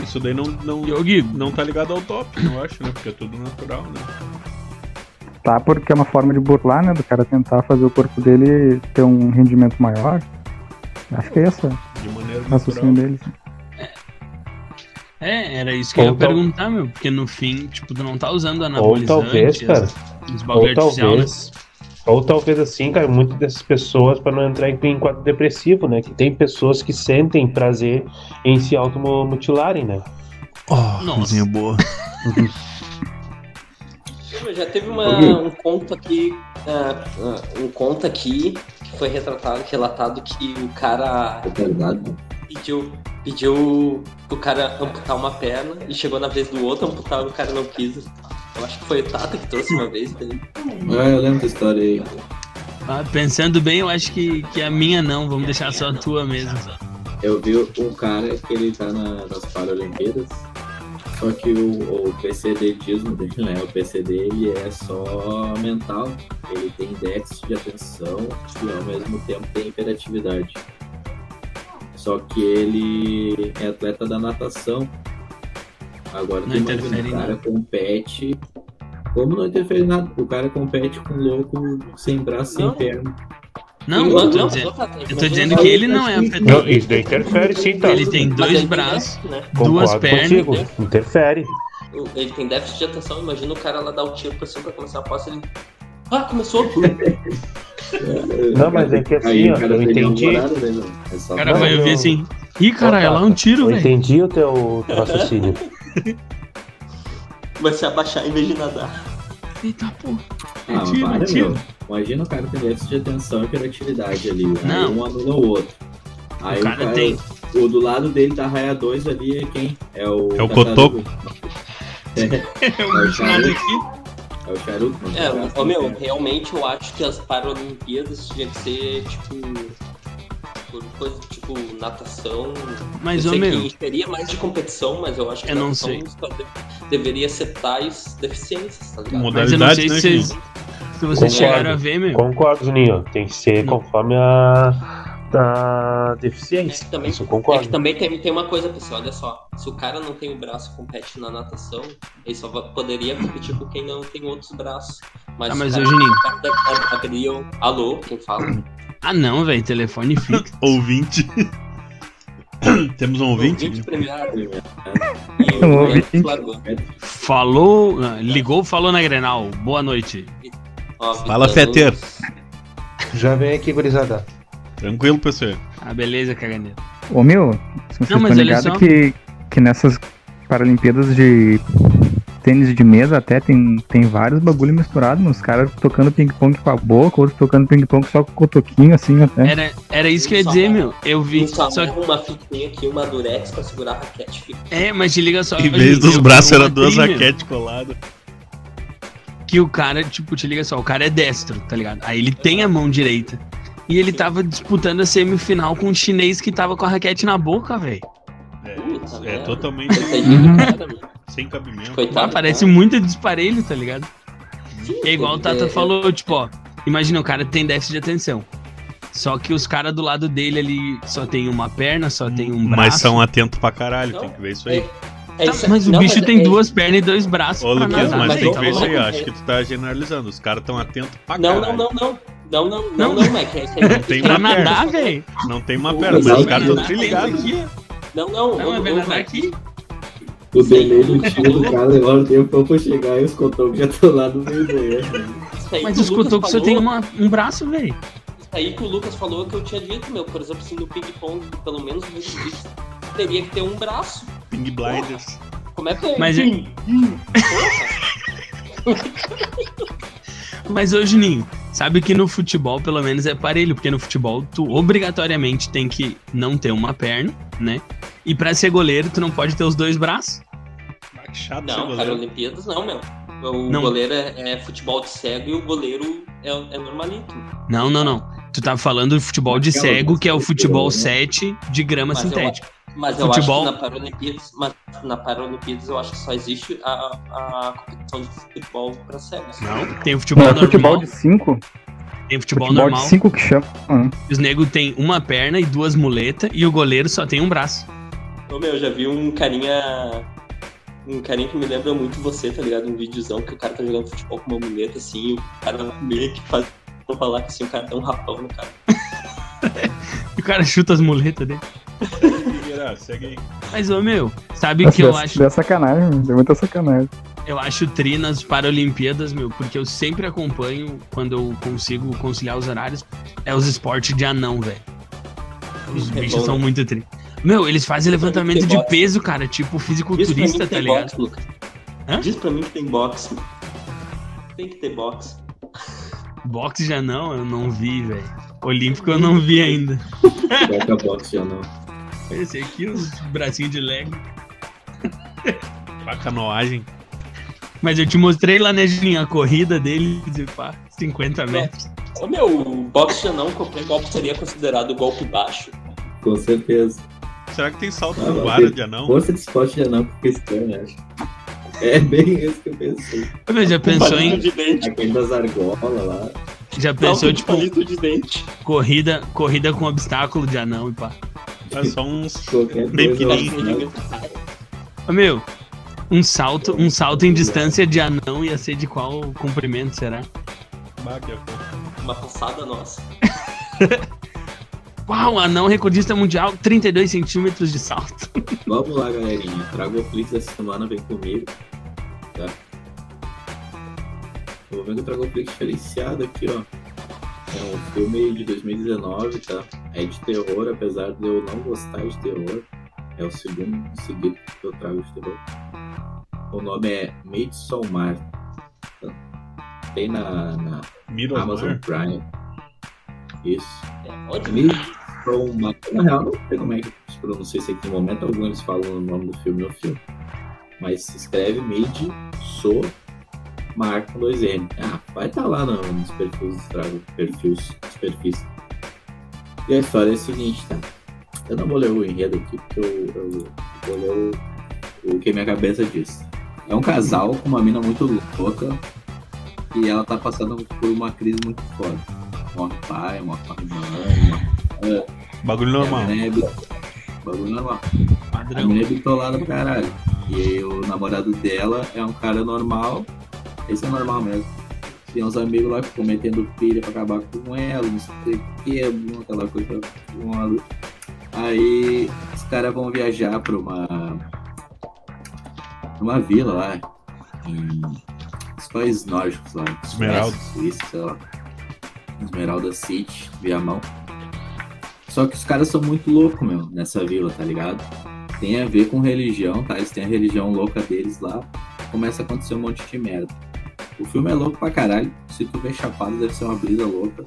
Speaker 3: Isso daí não, não,
Speaker 1: Ô, Gui,
Speaker 3: não tá ligado ao top, eu acho, né? Porque é tudo natural, né?
Speaker 7: Tá, porque é uma forma de burlar, né? Do cara tentar fazer o corpo dele ter um rendimento maior. Acho que é esse o
Speaker 3: De maneira natural.
Speaker 7: raciocínio deles. né?
Speaker 1: É, era isso que eu
Speaker 4: Ou
Speaker 1: ia
Speaker 4: tal-
Speaker 1: perguntar, meu. Porque no fim, tipo, tu não tá usando
Speaker 4: Ou
Speaker 1: anabolizante.
Speaker 4: talvez,
Speaker 1: as-
Speaker 4: cara.
Speaker 1: Os bagulho
Speaker 4: Ou talvez.
Speaker 1: artificial, né?
Speaker 4: Ou talvez assim, cara, muitas dessas pessoas, para não entrar em em quadro depressivo, né? Que tem pessoas que sentem prazer em se automutilarem, né?
Speaker 8: Oh,
Speaker 1: Nossa.
Speaker 8: coisinha boa.
Speaker 2: Pô, Já teve uma- um conto aqui, ah, ah, um conto aqui que foi retratado, relatado que o cara
Speaker 5: é retardado.
Speaker 2: pediu, pediu o cara amputar uma perna e chegou na vez do outro amputar e o cara não quis. Eu acho que foi o Tata que trouxe uma vez daí.
Speaker 5: Ah, eu lembro da história aí.
Speaker 1: Ah, pensando bem, eu acho que, que a minha não. Vamos deixar só a tua mesmo.
Speaker 5: Eu vi um cara que ele tá na- nas Paralimpíadas, só que o, o PCDismo dele, né? O PCD ele é só mental. Ele tem déficit de atenção e ao mesmo tempo tem hiperatividade. Só que ele é atleta da natação. Agora
Speaker 1: Não
Speaker 5: tu
Speaker 1: interfere em
Speaker 5: imagina, o cara compete. Como não interfere em nada? O cara compete com um louco sem braço, sem
Speaker 2: Não.
Speaker 5: perna.
Speaker 1: Não,
Speaker 2: Não,
Speaker 1: eu tô
Speaker 2: não,
Speaker 1: dizendo.
Speaker 2: pô, Tata,
Speaker 1: Eu tô
Speaker 2: imagina
Speaker 1: dizendo
Speaker 2: só
Speaker 1: que
Speaker 2: ele-
Speaker 1: ele não é afetado.
Speaker 4: Não, isso daí interfere sim, tá?
Speaker 1: Ele tem
Speaker 2: Mas
Speaker 1: dois
Speaker 2: ele
Speaker 1: braços,
Speaker 2: tem déficit, né?
Speaker 1: duas
Speaker 4: Concordo
Speaker 1: pernas. né?
Speaker 4: contigo. Interfere.
Speaker 2: O- Ele tem déficit de atenção, imagina o cara lá dar o tiro pra cima pra começar a aposta, ele... Ah, começou!
Speaker 4: Não, mas é que assim,
Speaker 5: Aí o
Speaker 4: ó,
Speaker 5: cara
Speaker 4: eu
Speaker 5: tem
Speaker 4: entendi.
Speaker 5: alvorada, né, meu? É só
Speaker 1: O cara
Speaker 4: Não, tá.
Speaker 1: vai ouvir
Speaker 4: eu-
Speaker 1: assim. Ih, cara,
Speaker 4: Ô,
Speaker 1: é lá um
Speaker 4: Tata,
Speaker 1: tiro,
Speaker 4: Eu
Speaker 1: velho.
Speaker 4: entendi o teu teu raciocínio.
Speaker 2: Vai se abaixar em vez de nadar.
Speaker 1: Eita porra.
Speaker 5: Ah,
Speaker 1: Tiro,
Speaker 5: para,
Speaker 1: tiro.
Speaker 5: meu. Imagina o cara com déficit de atenção e hiperatividade ali.
Speaker 1: Não.
Speaker 5: Aí um anula o outro. Aí
Speaker 1: O cara tem-
Speaker 5: O do lado dele da raia 2 ali é quem? É o.
Speaker 8: É o
Speaker 5: Tartaruga.
Speaker 1: Eu não acho nada É um aqui.
Speaker 5: É o charuto. mano.
Speaker 2: É,
Speaker 5: Charuto,
Speaker 2: ó, meu,
Speaker 5: né?
Speaker 2: realmente eu acho que as Paralimpíadas tinha que ser, tipo... Por coisa tipo natação.
Speaker 1: Mas,
Speaker 2: eu
Speaker 1: ô
Speaker 2: sei
Speaker 1: meu,
Speaker 2: que teria mais de competição, mas eu acho que
Speaker 1: Eu não
Speaker 2: natação
Speaker 1: sei.
Speaker 2: só de- deveria ser tais deficiências, tá ligado?
Speaker 1: mas eu não sei
Speaker 3: Modalidades, né,
Speaker 1: se vocês,
Speaker 3: Juninho?
Speaker 1: se vocês
Speaker 4: Concordo.
Speaker 1: chegaram a ver, meu.
Speaker 4: Concordo, Juninho. Tem que ser
Speaker 1: Não.
Speaker 4: conforme a, a
Speaker 2: É
Speaker 4: deficiência.
Speaker 2: que também-
Speaker 4: Isso eu
Speaker 2: É que
Speaker 4: concordo.
Speaker 2: também tem, tem uma coisa, pessoal, olha só. Se o cara não tem o braço e compete na natação, ele só va- poderia competir com quem não tem outros braços. Mas,
Speaker 1: Ah,
Speaker 2: o
Speaker 1: mas
Speaker 2: cara,
Speaker 1: ô, Juninho.
Speaker 2: o cara da- da- abriu- Alô, quem fala?
Speaker 1: Ah, não, velho. Telefone fixo.
Speaker 8: Ouvinte. Temos um ouvinte?
Speaker 2: Ouvinte premiado. E
Speaker 7: Um
Speaker 2: o
Speaker 7: ouvinte.
Speaker 2: Leandro Flagão.
Speaker 1: Falou. ah, Ligou, falou na Grenal. Boa noite.
Speaker 2: Ó, um
Speaker 8: Fala,
Speaker 2: Vitor
Speaker 8: Feter.
Speaker 2: Nunes.
Speaker 4: Já vem aqui, gurizada.
Speaker 8: Tranquilo, PC.
Speaker 1: Ah, beleza, caganeiro.
Speaker 7: Ô meu, se vocês
Speaker 1: Não, mas olha
Speaker 7: estão ligados
Speaker 1: só.
Speaker 7: que, que nessas Paralimpíadas de tênis de mesa até tem, tem vários bagulho misturado, mano. Os caras tocando ping-pong com a boca, outros tocando ping-pong só com o cotoquinho, assim,
Speaker 8: né?
Speaker 7: até.
Speaker 1: Era, era isso que eu ia dizer, meu. Eu vi.
Speaker 2: Um
Speaker 1: Só
Speaker 2: salão,
Speaker 1: que,
Speaker 2: uma fitinha aqui, uma durex pra segurar a raquete. Fica
Speaker 1: é, mas te liga só.
Speaker 8: Em
Speaker 1: ô,
Speaker 8: vez
Speaker 1: Juninho,
Speaker 8: dos
Speaker 1: eu-
Speaker 8: braços,
Speaker 1: eu
Speaker 8: era duas
Speaker 1: matei, meu.
Speaker 8: raquetes coladas.
Speaker 1: que o cara, tipo, te liga só, o cara é destro, tá ligado? Aí ele tem a mão direita. E ele tava disputando a semifinal com um chinês que tava com a raquete na boca, velho.
Speaker 2: Puta
Speaker 8: É, é
Speaker 2: merda.
Speaker 1: né?
Speaker 8: totalmente
Speaker 2: aí,
Speaker 7: Uhum.
Speaker 2: cara, meu.
Speaker 8: sem cabimento.
Speaker 2: Coitado.
Speaker 1: Parece
Speaker 2: cara.
Speaker 1: muito desparelho, tá ligado?
Speaker 2: Sim,
Speaker 1: É igual o Tata
Speaker 2: é-
Speaker 1: falou, tipo, ó, imagina, o cara tem déficit de atenção. Só que os caras do lado dele ali só tem uma perna, só tem um braço.
Speaker 8: Mas são atentos pra caralho,
Speaker 2: Não,
Speaker 8: tem que ver isso
Speaker 2: É,
Speaker 8: aí.
Speaker 2: é
Speaker 1: Tá,
Speaker 2: isso-
Speaker 1: mas o
Speaker 2: não,
Speaker 1: bicho tem
Speaker 2: é-
Speaker 1: duas pernas e dois braços.
Speaker 8: Ô,
Speaker 1: pra
Speaker 8: Luquinhas,
Speaker 1: nadar,
Speaker 8: mas
Speaker 2: mas
Speaker 8: tem
Speaker 1: velho,
Speaker 8: que
Speaker 1: tá
Speaker 8: ver isso aí.
Speaker 1: louco?
Speaker 8: eu Acho que tu tá generalizando. Os caras tão atentos pra
Speaker 2: Não, não,
Speaker 8: caralho.
Speaker 2: não, não. Não, não, não, não, Mike. É que a gente-
Speaker 8: Tem
Speaker 1: Pra
Speaker 8: uma perna.
Speaker 1: nadar, velho.
Speaker 8: Não tem uma
Speaker 2: O
Speaker 8: perna, mas
Speaker 5: Gonzalo
Speaker 8: os
Speaker 3: tá
Speaker 8: caras tão
Speaker 2: Guimarães-
Speaker 8: ligados.
Speaker 2: Não, não.
Speaker 1: Não, é
Speaker 2: ô,
Speaker 1: pra
Speaker 2: ô,
Speaker 1: nadar
Speaker 2: Mike.
Speaker 1: aqui.
Speaker 5: O delay do tiro do cara levava um tempo pra chegar e os cotocos já estão lá no meio do erro. né?
Speaker 2: Isso aí
Speaker 1: Mas
Speaker 2: que o
Speaker 1: os
Speaker 2: Lucas
Speaker 1: cotocos só
Speaker 2: falou-
Speaker 1: tem uma- um braço, velho.
Speaker 2: Isso aí que o Lucas falou que eu tinha dito, meu. Por exemplo, assim, se no ping-pong, pelo menos no jiu-jitsu, teria que ter um braço.
Speaker 8: Ping Blinders.
Speaker 2: Como é que é?
Speaker 1: Mas é-
Speaker 2: Sim.
Speaker 1: Mas ô Juninho, sabe que no futebol pelo menos é parelho, porque no futebol tu obrigatoriamente tem que não ter uma perna, né? E pra ser goleiro tu não pode ter os dois braços.
Speaker 8: Ah, que chato ser
Speaker 2: Não,
Speaker 8: goleiro.
Speaker 2: cara, Olimpíadas não, meu. O
Speaker 1: Não.
Speaker 2: goleiro é, é futebol de cego e o goleiro é, é normalito.
Speaker 1: Não, não, não. Tu tá falando do futebol de
Speaker 5: Aquela
Speaker 1: cego, que é o
Speaker 5: música
Speaker 1: futebol
Speaker 5: que
Speaker 1: 7 de grama
Speaker 2: Mas eu-
Speaker 1: sintética.
Speaker 2: Mas eu
Speaker 1: Futebol-
Speaker 2: acho que na Paralimpíadas, mas na Paralimpíadas eu acho que só existe a, a competição de futebol para cegos.
Speaker 1: Não, tem o futebol
Speaker 7: Não, é
Speaker 1: normal,
Speaker 7: futebol de 5.
Speaker 1: tem o futebol,
Speaker 7: Futebol, de
Speaker 1: normal.
Speaker 7: 5 que chama. né?
Speaker 1: E Os negros têm uma perna e duas muletas e o goleiro só tem um braço.
Speaker 2: Ô, meu, eu já vi um carinha. Um carinha que me lembra muito você, tá ligado? Um videozão que o cara tá jogando futebol com uma muleta, assim, e o cara meio que faz. Vou falar que assim, o cara dá um rapão no cara.
Speaker 1: E o cara chuta as muletas dele.
Speaker 8: Figueira, segue aí.
Speaker 1: Mas, ô meu, sabe
Speaker 7: Nossa,
Speaker 1: que eu
Speaker 7: deu-
Speaker 1: acho,
Speaker 7: deu sacanagem, mano. Deu muita sacanagem.
Speaker 1: eu acho tri nas Paralimpíadas, meu, porque eu sempre acompanho, quando eu consigo conciliar os horários, é os esportes de anão, velho. Os
Speaker 2: É
Speaker 1: bichos
Speaker 2: bom,
Speaker 1: são
Speaker 2: né?
Speaker 1: muito tri. Meu, eles fazem levantamento
Speaker 2: tem
Speaker 1: de
Speaker 2: boxe.
Speaker 1: peso, cara, tipo fisiculturista, tá ligado?
Speaker 2: boxe, Lucas.
Speaker 1: Hã?
Speaker 2: Diz pra mim que tem boxe. Tem que ter boxe.
Speaker 1: Boxe já não, eu não vi, velho. Olímpico eu não vi ainda.
Speaker 5: Vai pra é boxe já não.
Speaker 1: Esse aqui, os bracinhos de Lego.
Speaker 8: Pra canoagem.
Speaker 1: Mas eu te mostrei lá, né, Julinho, a corrida dele de pá, 50 metros.
Speaker 2: Ô, meu, boxe já não, qualquer golpe seria considerado golpe baixo.
Speaker 5: Com certeza.
Speaker 8: Será que tem salto
Speaker 5: Ah,
Speaker 8: com
Speaker 5: não,
Speaker 8: vara
Speaker 5: tem-
Speaker 8: de anão?
Speaker 5: Força de esporte já não, porque estranho, né? É bem isso que eu pensei.
Speaker 1: Ô, meu, já pensou
Speaker 2: Um palito
Speaker 1: em.
Speaker 2: de dente.
Speaker 5: Aquele das argolas lá.
Speaker 1: Já
Speaker 2: Golpe
Speaker 1: pensou,
Speaker 2: de
Speaker 1: tipo,
Speaker 2: palito de dente.
Speaker 1: corrida, corrida com obstáculo de anão e pá.
Speaker 8: É só uns.
Speaker 5: Qualquer
Speaker 8: Bem
Speaker 5: coisa,
Speaker 8: pequenininho.
Speaker 5: né?
Speaker 1: Ô, meu, um salto, um salto em distância de anão ia ser de qual comprimento, será?
Speaker 8: Bah, que é-
Speaker 2: Uma passada nossa.
Speaker 1: Uau, anão recordista mundial, 32 centímetros de salto.
Speaker 5: Vamos lá, galerinha. Trago o Flix essa semana, vem comigo. Tá? Vou ver que eu trago o Flix diferenciado aqui, ó. É um filme de 2019, tá? É de terror, apesar de eu não gostar de terror. É o segundo seguido que eu trago de terror. O nome é Midsommar. Tá? Tem na, na
Speaker 8: Mira
Speaker 5: Amazon
Speaker 8: Amazon.
Speaker 5: Prime. Isso.
Speaker 2: É, ótimo.
Speaker 5: Midsommar. Então, Na real, não sei como é que se pronuncia isso aqui. Em momento algum eles falam o nome do filme no filme. Mas se escreve Mid, So, Mar com dois N. Ah, vai estar lá no- nos perfis, dos trago perfis, dos perfis. E a história é a seguinte, tá? Eu não vou ler o enredo aqui, porque eu, eu vou ler o, o que minha cabeça diz. É um casal com uma mina muito louca e ela tá passando por uma crise muito foda. Morre pai, morre irmã, morre
Speaker 8: Bagulho normal.
Speaker 5: a mulher é bit- Bagulho normal. A
Speaker 1: Padrão.
Speaker 5: mulher é bitolada pra caralho. E aí o namorado dela é um cara normal. Esse é normal mesmo. Tem uns amigos lá que ficam metendo pilha pra acabar com ela, não sei o que, aquela coisa. maluca. Aí os caras vão viajar pra uma. pra uma vila lá. Em os países nórdicos lá.
Speaker 8: Esmeralda.
Speaker 5: Suíça, sei lá. Esmeralda City, Viamão. Só que os caras são muito loucos, meu, nessa vila, tá ligado? Tem a ver com religião, tá? Eles têm a religião louca deles lá. Começa a acontecer um monte de merda. O filme é louco pra caralho. Se tu vê chapado, deve ser uma brisa louca.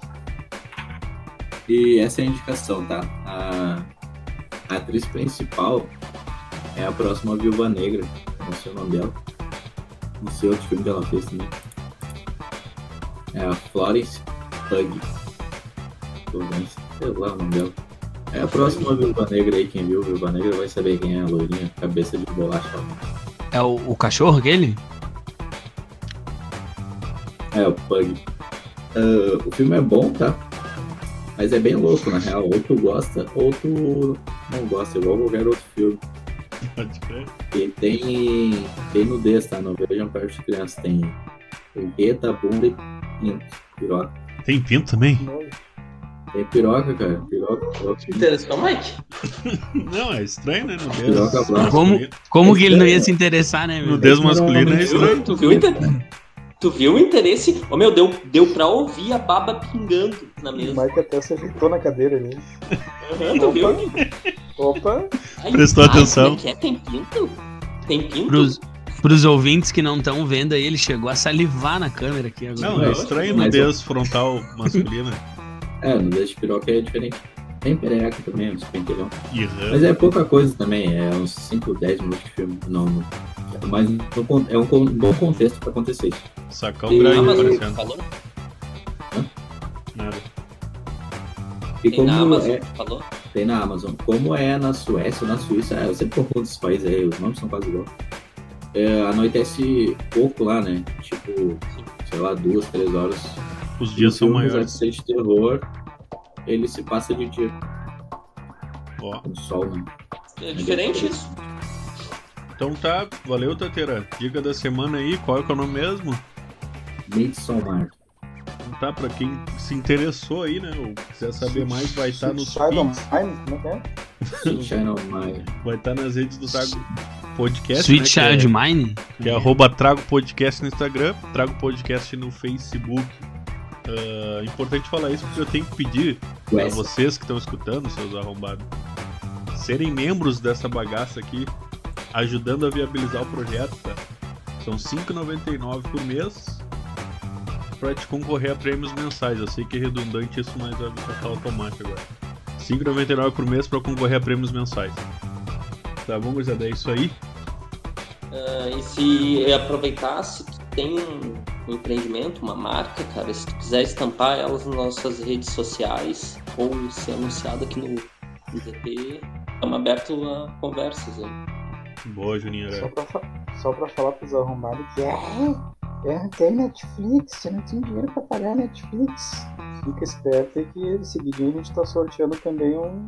Speaker 5: E essa é a indicação, tá? A, a atriz principal é a próxima Viúva Negra. Não sei o nome dela. Não sei outro filme que ela fez também. É a Florence Pug. Florence, sei lá o nome dela. É a próxima Viúva Negra aí, quem viu Viúva Negra vai saber quem é a loirinha, cabeça de bolacha.
Speaker 1: É o, o cachorro aquele?
Speaker 5: É, o Pug. Ah, o filme é bom, tá? Mas é bem louco, na real. Ou tu gosta, ou tu não gosta, igual qualquer outro filme. né?
Speaker 8: Pode crer.
Speaker 5: E tem, tem nudez, tá? Não vejam perto de criança. Tem teta, bunda e pinto. Piroca.
Speaker 8: Tem pinto também?
Speaker 5: Tem piroca, cara. Piroca, piroca.
Speaker 2: Interessou, Mike?
Speaker 8: Não, é estranho, né? No
Speaker 5: Piroca branca.
Speaker 1: Como, como que ele não
Speaker 3: é
Speaker 1: ia se interessar, né, meu?
Speaker 8: Nudez masculina é
Speaker 2: Tu
Speaker 8: estranho.
Speaker 2: viu, tu viu o inter- tu viu o interesse? Ô meu, deu, deu pra ouvir a baba pingando na
Speaker 6: O
Speaker 2: mesa.
Speaker 6: Mike até se agitou na cadeira ali.
Speaker 2: Aham, tu viu?
Speaker 6: Opa,
Speaker 2: Ai,
Speaker 8: Prestou
Speaker 2: ai,
Speaker 8: atenção.
Speaker 2: como é que é? Tem pinto? Tem pinto?
Speaker 1: Pros, pros ouvintes que não estão vendo aí, ele chegou a salivar na câmera aqui agora.
Speaker 8: Não, é estranho
Speaker 5: Mas eu-
Speaker 8: nudez frontal masculina
Speaker 5: É, nudez de piroca é diferente. Tem perereca também, uns pentelhão.
Speaker 8: e rã.
Speaker 5: Mas é pouca coisa também, é uns 5, 10 minutos de filme. Não, não- Mas é um con- é um con- bom contexto pra acontecer isso.
Speaker 3: Sacar o
Speaker 2: Tem
Speaker 3: Braille
Speaker 2: na Amazon,
Speaker 3: aparecendo.
Speaker 2: falou?
Speaker 3: Nada.
Speaker 5: E
Speaker 2: Tem
Speaker 5: como
Speaker 2: na Amazon,
Speaker 5: é,
Speaker 2: falou?
Speaker 5: tem na Amazon. Como é na Suécia ou na Suíça, é, eu sempre confundo esses países aí, os nomes são quase iguais. É, anoitece pouco lá, né? Tipo, sei lá, duas, três horas.
Speaker 3: Os dias são
Speaker 5: Filmes,
Speaker 3: maiores.
Speaker 5: ação de terror, ele se passa de dia
Speaker 3: Ó.
Speaker 5: com o sol, né?
Speaker 2: É diferente isso.
Speaker 3: Então tá, valeu, Tateira. Dica da semana aí, qual é que é o nome mesmo?
Speaker 5: Midsommar.
Speaker 3: Então tá, pra quem se interessou aí, né? Ou quiser saber mais, vai estar nos
Speaker 7: Shadow
Speaker 3: feeds,
Speaker 7: Mine, como é que é?
Speaker 5: Sunshine of Mine.
Speaker 3: vai estar nas redes do Trago Podcast.
Speaker 1: Sweet
Speaker 3: né, que é-
Speaker 1: Child Mine?
Speaker 3: Que é arroba Trago Podcast no Instagram, Trago Podcast no Facebook. Ah, importante falar isso porque eu tenho que pedir para
Speaker 5: West.
Speaker 3: vocês que estão escutando, seus arrombados, serem membros dessa bagaça aqui, ajudando a viabilizar o projeto, tá? São R$ 5,99 por mês para te concorrer a prêmios mensais. Eu sei que é redundante isso, mas vai ficar automático agora. R$ 5,99 por mês para concorrer a prêmios mensais. Tá bom, gurizada? É isso aí.
Speaker 2: Ah, E se aproveitar, se tu tem um um empreendimento, uma marca, cara, se tu quiser estampar elas nas nossas redes sociais ou ser anunciado aqui no IDP, estamos abertos a conversas. Né?
Speaker 3: Boa, Juninho.
Speaker 7: Só pra, fa- só pra falar pros arrombados que é, é, tem Netflix, eu não tenho dinheiro pra pagar a Netflix. Fica esperto aí que em seguidinho a gente tá sorteando também um,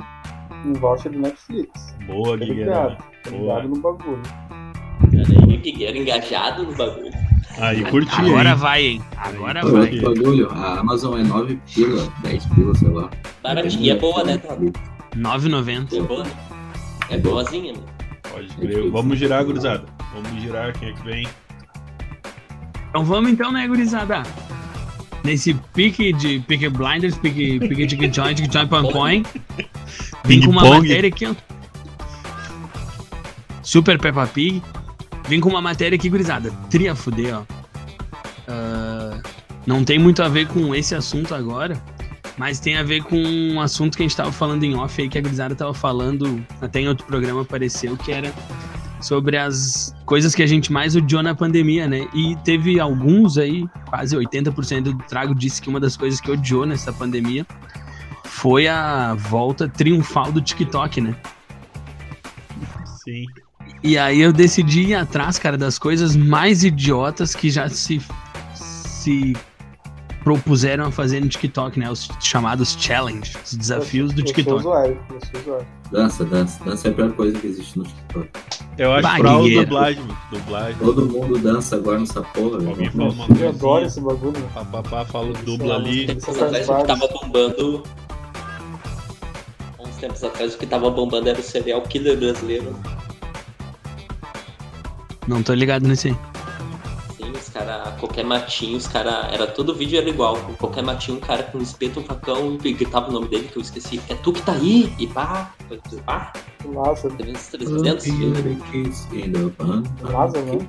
Speaker 7: um voucher do Netflix.
Speaker 3: Boa,
Speaker 7: Tá
Speaker 3: Guilherme.
Speaker 7: ligado? Tá
Speaker 3: Boa.
Speaker 7: ligado no bagulho.
Speaker 2: Cara, aí o Guigueiro engajado no bagulho.
Speaker 3: Aí, curti.
Speaker 1: Agora
Speaker 3: hein?
Speaker 1: vai, hein? Agora
Speaker 5: Pô,
Speaker 1: vai.
Speaker 5: que bagulho. A Amazon é 9 pila, 10 pila, sei lá.
Speaker 2: Baratinho. E é boa, né, Tato?
Speaker 1: 9,90.
Speaker 2: É boa, né? É boazinha, né?
Speaker 3: Pode crer. Vamos girar, gurizada. Vamos girar quem é que vem.
Speaker 1: Então vamos então, né, gurizada? Nesse pique de pique blinders, pique, pique de joint, tic joint, pan coin. Vim com uma
Speaker 3: Ping-pong.
Speaker 1: matéria aqui, ó. Super Peppa Pig. Vim com uma matéria aqui, gurizada. Tria fuder, ó. Ah, não tem muito a ver com esse assunto agora, mas tem a ver com um assunto que a gente tava falando em off aí, que a gurizada tava falando, até em outro programa apareceu, que era sobre as coisas que a gente mais odiou na pandemia, né? E teve alguns aí, quase 80% do Trago disse que uma das coisas que odiou nessa pandemia foi a volta triunfal do TikTok, né?
Speaker 3: Sim.
Speaker 1: E aí eu decidi ir atrás, cara, das coisas mais idiotas que já se, se propuseram a fazer no TikTok, né? Os chamados challenges, os desafios do
Speaker 7: eu, Eu sou
Speaker 1: TikTok.
Speaker 7: usuário, eu sou usuário.
Speaker 5: Dança, dança. Dança é a pior coisa que existe no TikTok.
Speaker 3: Eu acho
Speaker 1: Bagueira.
Speaker 3: fraude dublagem, mano. Dublagem.
Speaker 5: Todo mundo dança agora nessa porra. velho.
Speaker 3: Alguém fala uma assim.
Speaker 7: Eu adoro
Speaker 3: coisinha.
Speaker 7: esse bagulho. é
Speaker 3: Papapá fala dubla ali.
Speaker 7: Tem
Speaker 2: tempos
Speaker 7: essas
Speaker 2: atrás o que
Speaker 7: várias.
Speaker 2: tava bombando. Há Uns tempos atrás o que tava bombando era o serial Killer brasileiro. né?
Speaker 1: Não tô ligado nesse aí.
Speaker 2: Sim, os cara, qualquer matinho, os cara, era todo vídeo era igual. Com Qualquer matinho, um cara com um espeto, um facão, e gritava o nome dele que eu esqueci. É tu que tá aí! E pá, pá,
Speaker 7: Lázaro.
Speaker 2: 300,
Speaker 5: Lembra
Speaker 2: 300.
Speaker 5: que isso ainda é pan-
Speaker 7: Lázaro, né?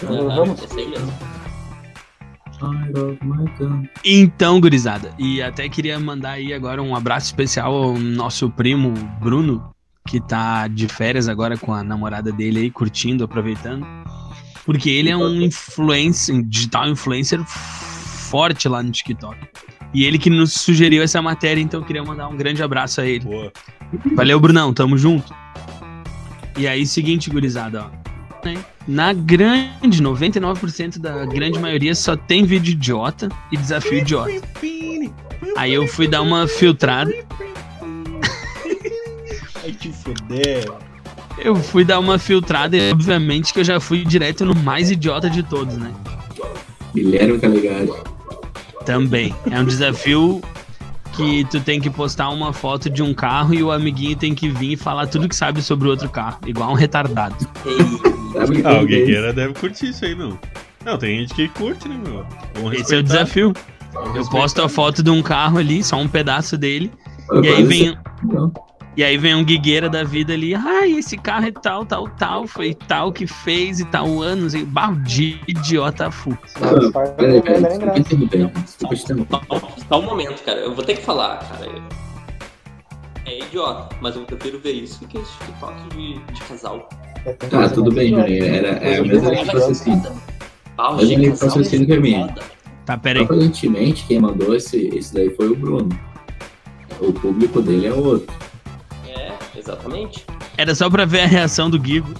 Speaker 5: pan-
Speaker 2: Aham,
Speaker 7: Vamos.
Speaker 2: esse é aí mesmo.
Speaker 5: Side of my gun.
Speaker 1: Então, gurizada, e até queria mandar aí agora um abraço especial ao nosso primo Bruno, que tá de férias agora com a namorada dele aí, curtindo, aproveitando. Porque ele é um influencer, um digital influencer forte lá no TikTok. E ele que nos sugeriu essa matéria, então eu queria mandar um grande abraço a ele.
Speaker 3: Boa.
Speaker 1: Valeu, Brunão, tamo junto. E aí, seguinte, gurizada, ó. né? Na grande, 99% da grande maioria só tem vídeo idiota e desafio idiota. Aí eu fui dar uma filtrada,
Speaker 3: Ai, te fuder.
Speaker 1: eu fui dar uma filtrada e obviamente que eu já fui direto no mais idiota de todos, né?
Speaker 5: Guilherme Caligari.
Speaker 1: Também. É um desafio que tu tem que postar uma foto de um carro e o amiguinho tem que vir e falar tudo que sabe sobre o outro carro, igual um retardado.
Speaker 2: Ei,
Speaker 5: Sabe que
Speaker 3: Ah, o
Speaker 5: tem dez?
Speaker 3: Guigueira deve curtir isso aí, meu. Não, tem gente que curte, né, meu? Vamos
Speaker 1: Esse é o
Speaker 3: respeitar.
Speaker 1: desafio. Eu posto a foto de um carro ali, só um pedaço dele, E aí
Speaker 5: Quase
Speaker 1: vem,
Speaker 5: não.
Speaker 1: e aí vem um guigueira da vida ali, ai, esse carro é tal, tal, tal, foi tal que fez e tal anos, e balde idiota fu.
Speaker 7: Satisfaz,
Speaker 5: Ah, Peraí,
Speaker 7: não
Speaker 5: peraí,
Speaker 7: é nem
Speaker 5: desculpa
Speaker 7: graça.
Speaker 5: interromper, né? desculpa te interromper.
Speaker 2: só- Só um momento, cara. Eu vou ter que falar, cara. É idiota, mas eu prefiro ver isso do que esse TikTok de, de casal.
Speaker 5: Tá, tudo bem, Johnny. Era, é a mesma linha de raciocínio. A mesma linha de raciocínio que é a minha.
Speaker 1: Tá, peraí.
Speaker 5: Aparentemente, quem mandou esse, esse daí foi o Bruno. O público dele é outro.
Speaker 2: É, exatamente.
Speaker 1: Era só pra ver a reação do Guigo.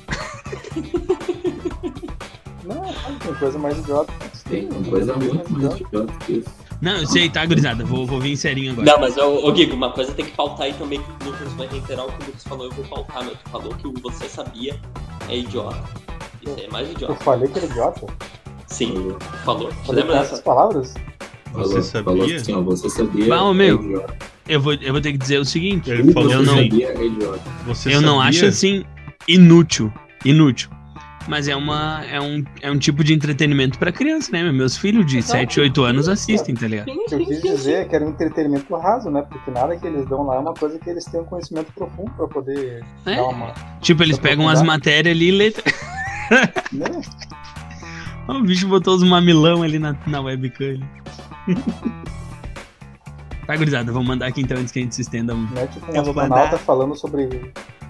Speaker 10: Não, não, tem coisa mais idiota. que isso.
Speaker 5: Tem uma coisa muito mais idiota que isso.
Speaker 1: Não, eu sei, tá, gurizada? Vou, vou vir serinho agora.
Speaker 2: Não, mas, ô, ô Guigo, uma coisa tem que pautar aí também, que o Lucas vai reiterar o que o Lucas falou, eu vou pautar, meu. Tu falou que o você sabia é idiota. Isso aí é mais
Speaker 10: Eu
Speaker 2: idiota.
Speaker 10: falei que era idiota.
Speaker 5: Tá
Speaker 2: Sim, falou. Você
Speaker 10: Falei
Speaker 2: lembra
Speaker 10: com essas
Speaker 2: dessa?
Speaker 10: palavras?
Speaker 5: Falou,
Speaker 8: Você sabia?
Speaker 5: Falou assim, ó, você sabia.
Speaker 1: Bom, meu.
Speaker 5: é idiota.
Speaker 1: Eu vou, eu vou ter que dizer o seguinte.
Speaker 8: Ele falou assim.
Speaker 1: eu
Speaker 5: você
Speaker 1: não,
Speaker 5: sabia, é idiota.
Speaker 8: Você
Speaker 1: eu não
Speaker 8: sabia?
Speaker 1: acho assim inútil. Inútil. Mas é, uma, é, um, é um tipo de entretenimento pra criança, né? meu? Meus filhos de 7, 8 anos assistem, tá ligado?
Speaker 2: Sim,
Speaker 10: O que eu
Speaker 2: sim,
Speaker 10: quis
Speaker 2: sim, sim.
Speaker 10: dizer é que era um entretenimento raso, né? Porque nada que eles dão lá é uma coisa que eles têm um conhecimento profundo pra poder
Speaker 1: É.
Speaker 10: dar uma.
Speaker 1: Tipo, eles pegam as matérias ali e lê.
Speaker 10: Né?
Speaker 1: O bicho botou os mamilão ali na, na webcam. ali. tá, gurizada, vou mandar aqui então antes que a gente se estenda muito.
Speaker 10: Né? Tipo, um
Speaker 8: Eu vou
Speaker 10: astronauta
Speaker 8: mandar.
Speaker 10: falando sobre.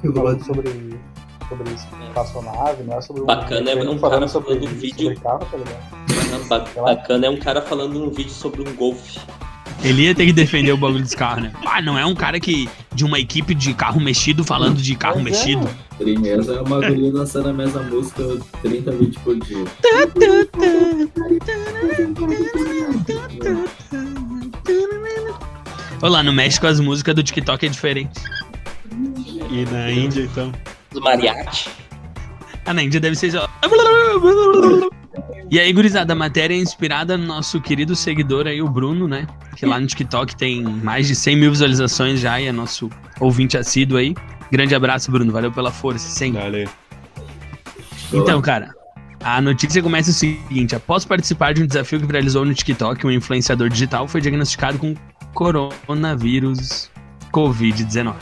Speaker 5: Eu vou
Speaker 10: Falando
Speaker 5: mandar.
Speaker 10: sobre. Sobre espaçonave, não é sobre um-
Speaker 2: Bacana, é um
Speaker 10: falando
Speaker 2: cara
Speaker 10: sobre,
Speaker 2: falando vídeo.
Speaker 10: sobre carro, tá ligado?
Speaker 2: Ba- Bacana é um cara falando um vídeo sobre um golfe.
Speaker 1: Ele ia ter que defender o bagulho dos carros, né? Ah, não é um cara que. de uma equipe de carro mexido falando de carro
Speaker 10: Mas é,
Speaker 1: mexido.
Speaker 5: Trimesa é uma guria lançando a mesma música 30 vídeos por dia.
Speaker 1: Olha lá, no México as músicas do TikTok é diferente. assim.
Speaker 8: E na Índia, então.
Speaker 2: Os mariachi.
Speaker 1: Ah, na Índia deve ser. só- E aí, gurizada, a matéria é inspirada no nosso querido seguidor aí, o Bruno, né? Que lá no TikTok tem mais de 100 mil visualizações já e é nosso ouvinte assíduo aí. Grande abraço, Bruno. Valeu pela força, sempre.
Speaker 8: Dale.
Speaker 1: Então, cara, a notícia começa o seguinte: após participar de um desafio que viralizou no TikTok, um influenciador digital foi diagnosticado com coronavírus Covid-19.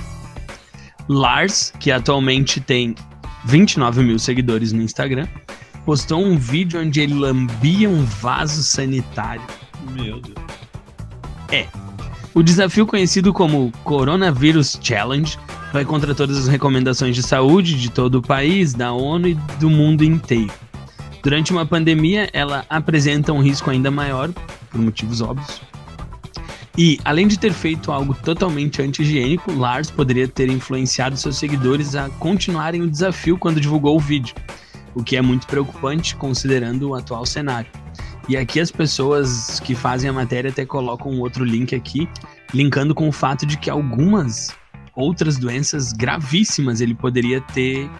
Speaker 1: Lars, que atualmente tem 29 mil seguidores no Instagram, postou um vídeo onde ele lambia um vaso sanitário.
Speaker 8: Meu Deus.
Speaker 1: O desafio conhecido como Coronavírus Challenge vai contra todas as recomendações de saúde de todo o país, da ONU e do mundo inteiro. Durante uma pandemia, ela apresenta um risco ainda maior, por motivos óbvios. E, além de ter feito algo totalmente anti-higiênico, Lars poderia ter influenciado seus seguidores a continuarem o desafio quando divulgou o vídeo, o que é muito preocupante considerando o atual cenário. E aqui as pessoas que fazem a matéria até colocam um outro link aqui, linkando com o fato de que algumas outras doenças gravíssimas ele poderia ter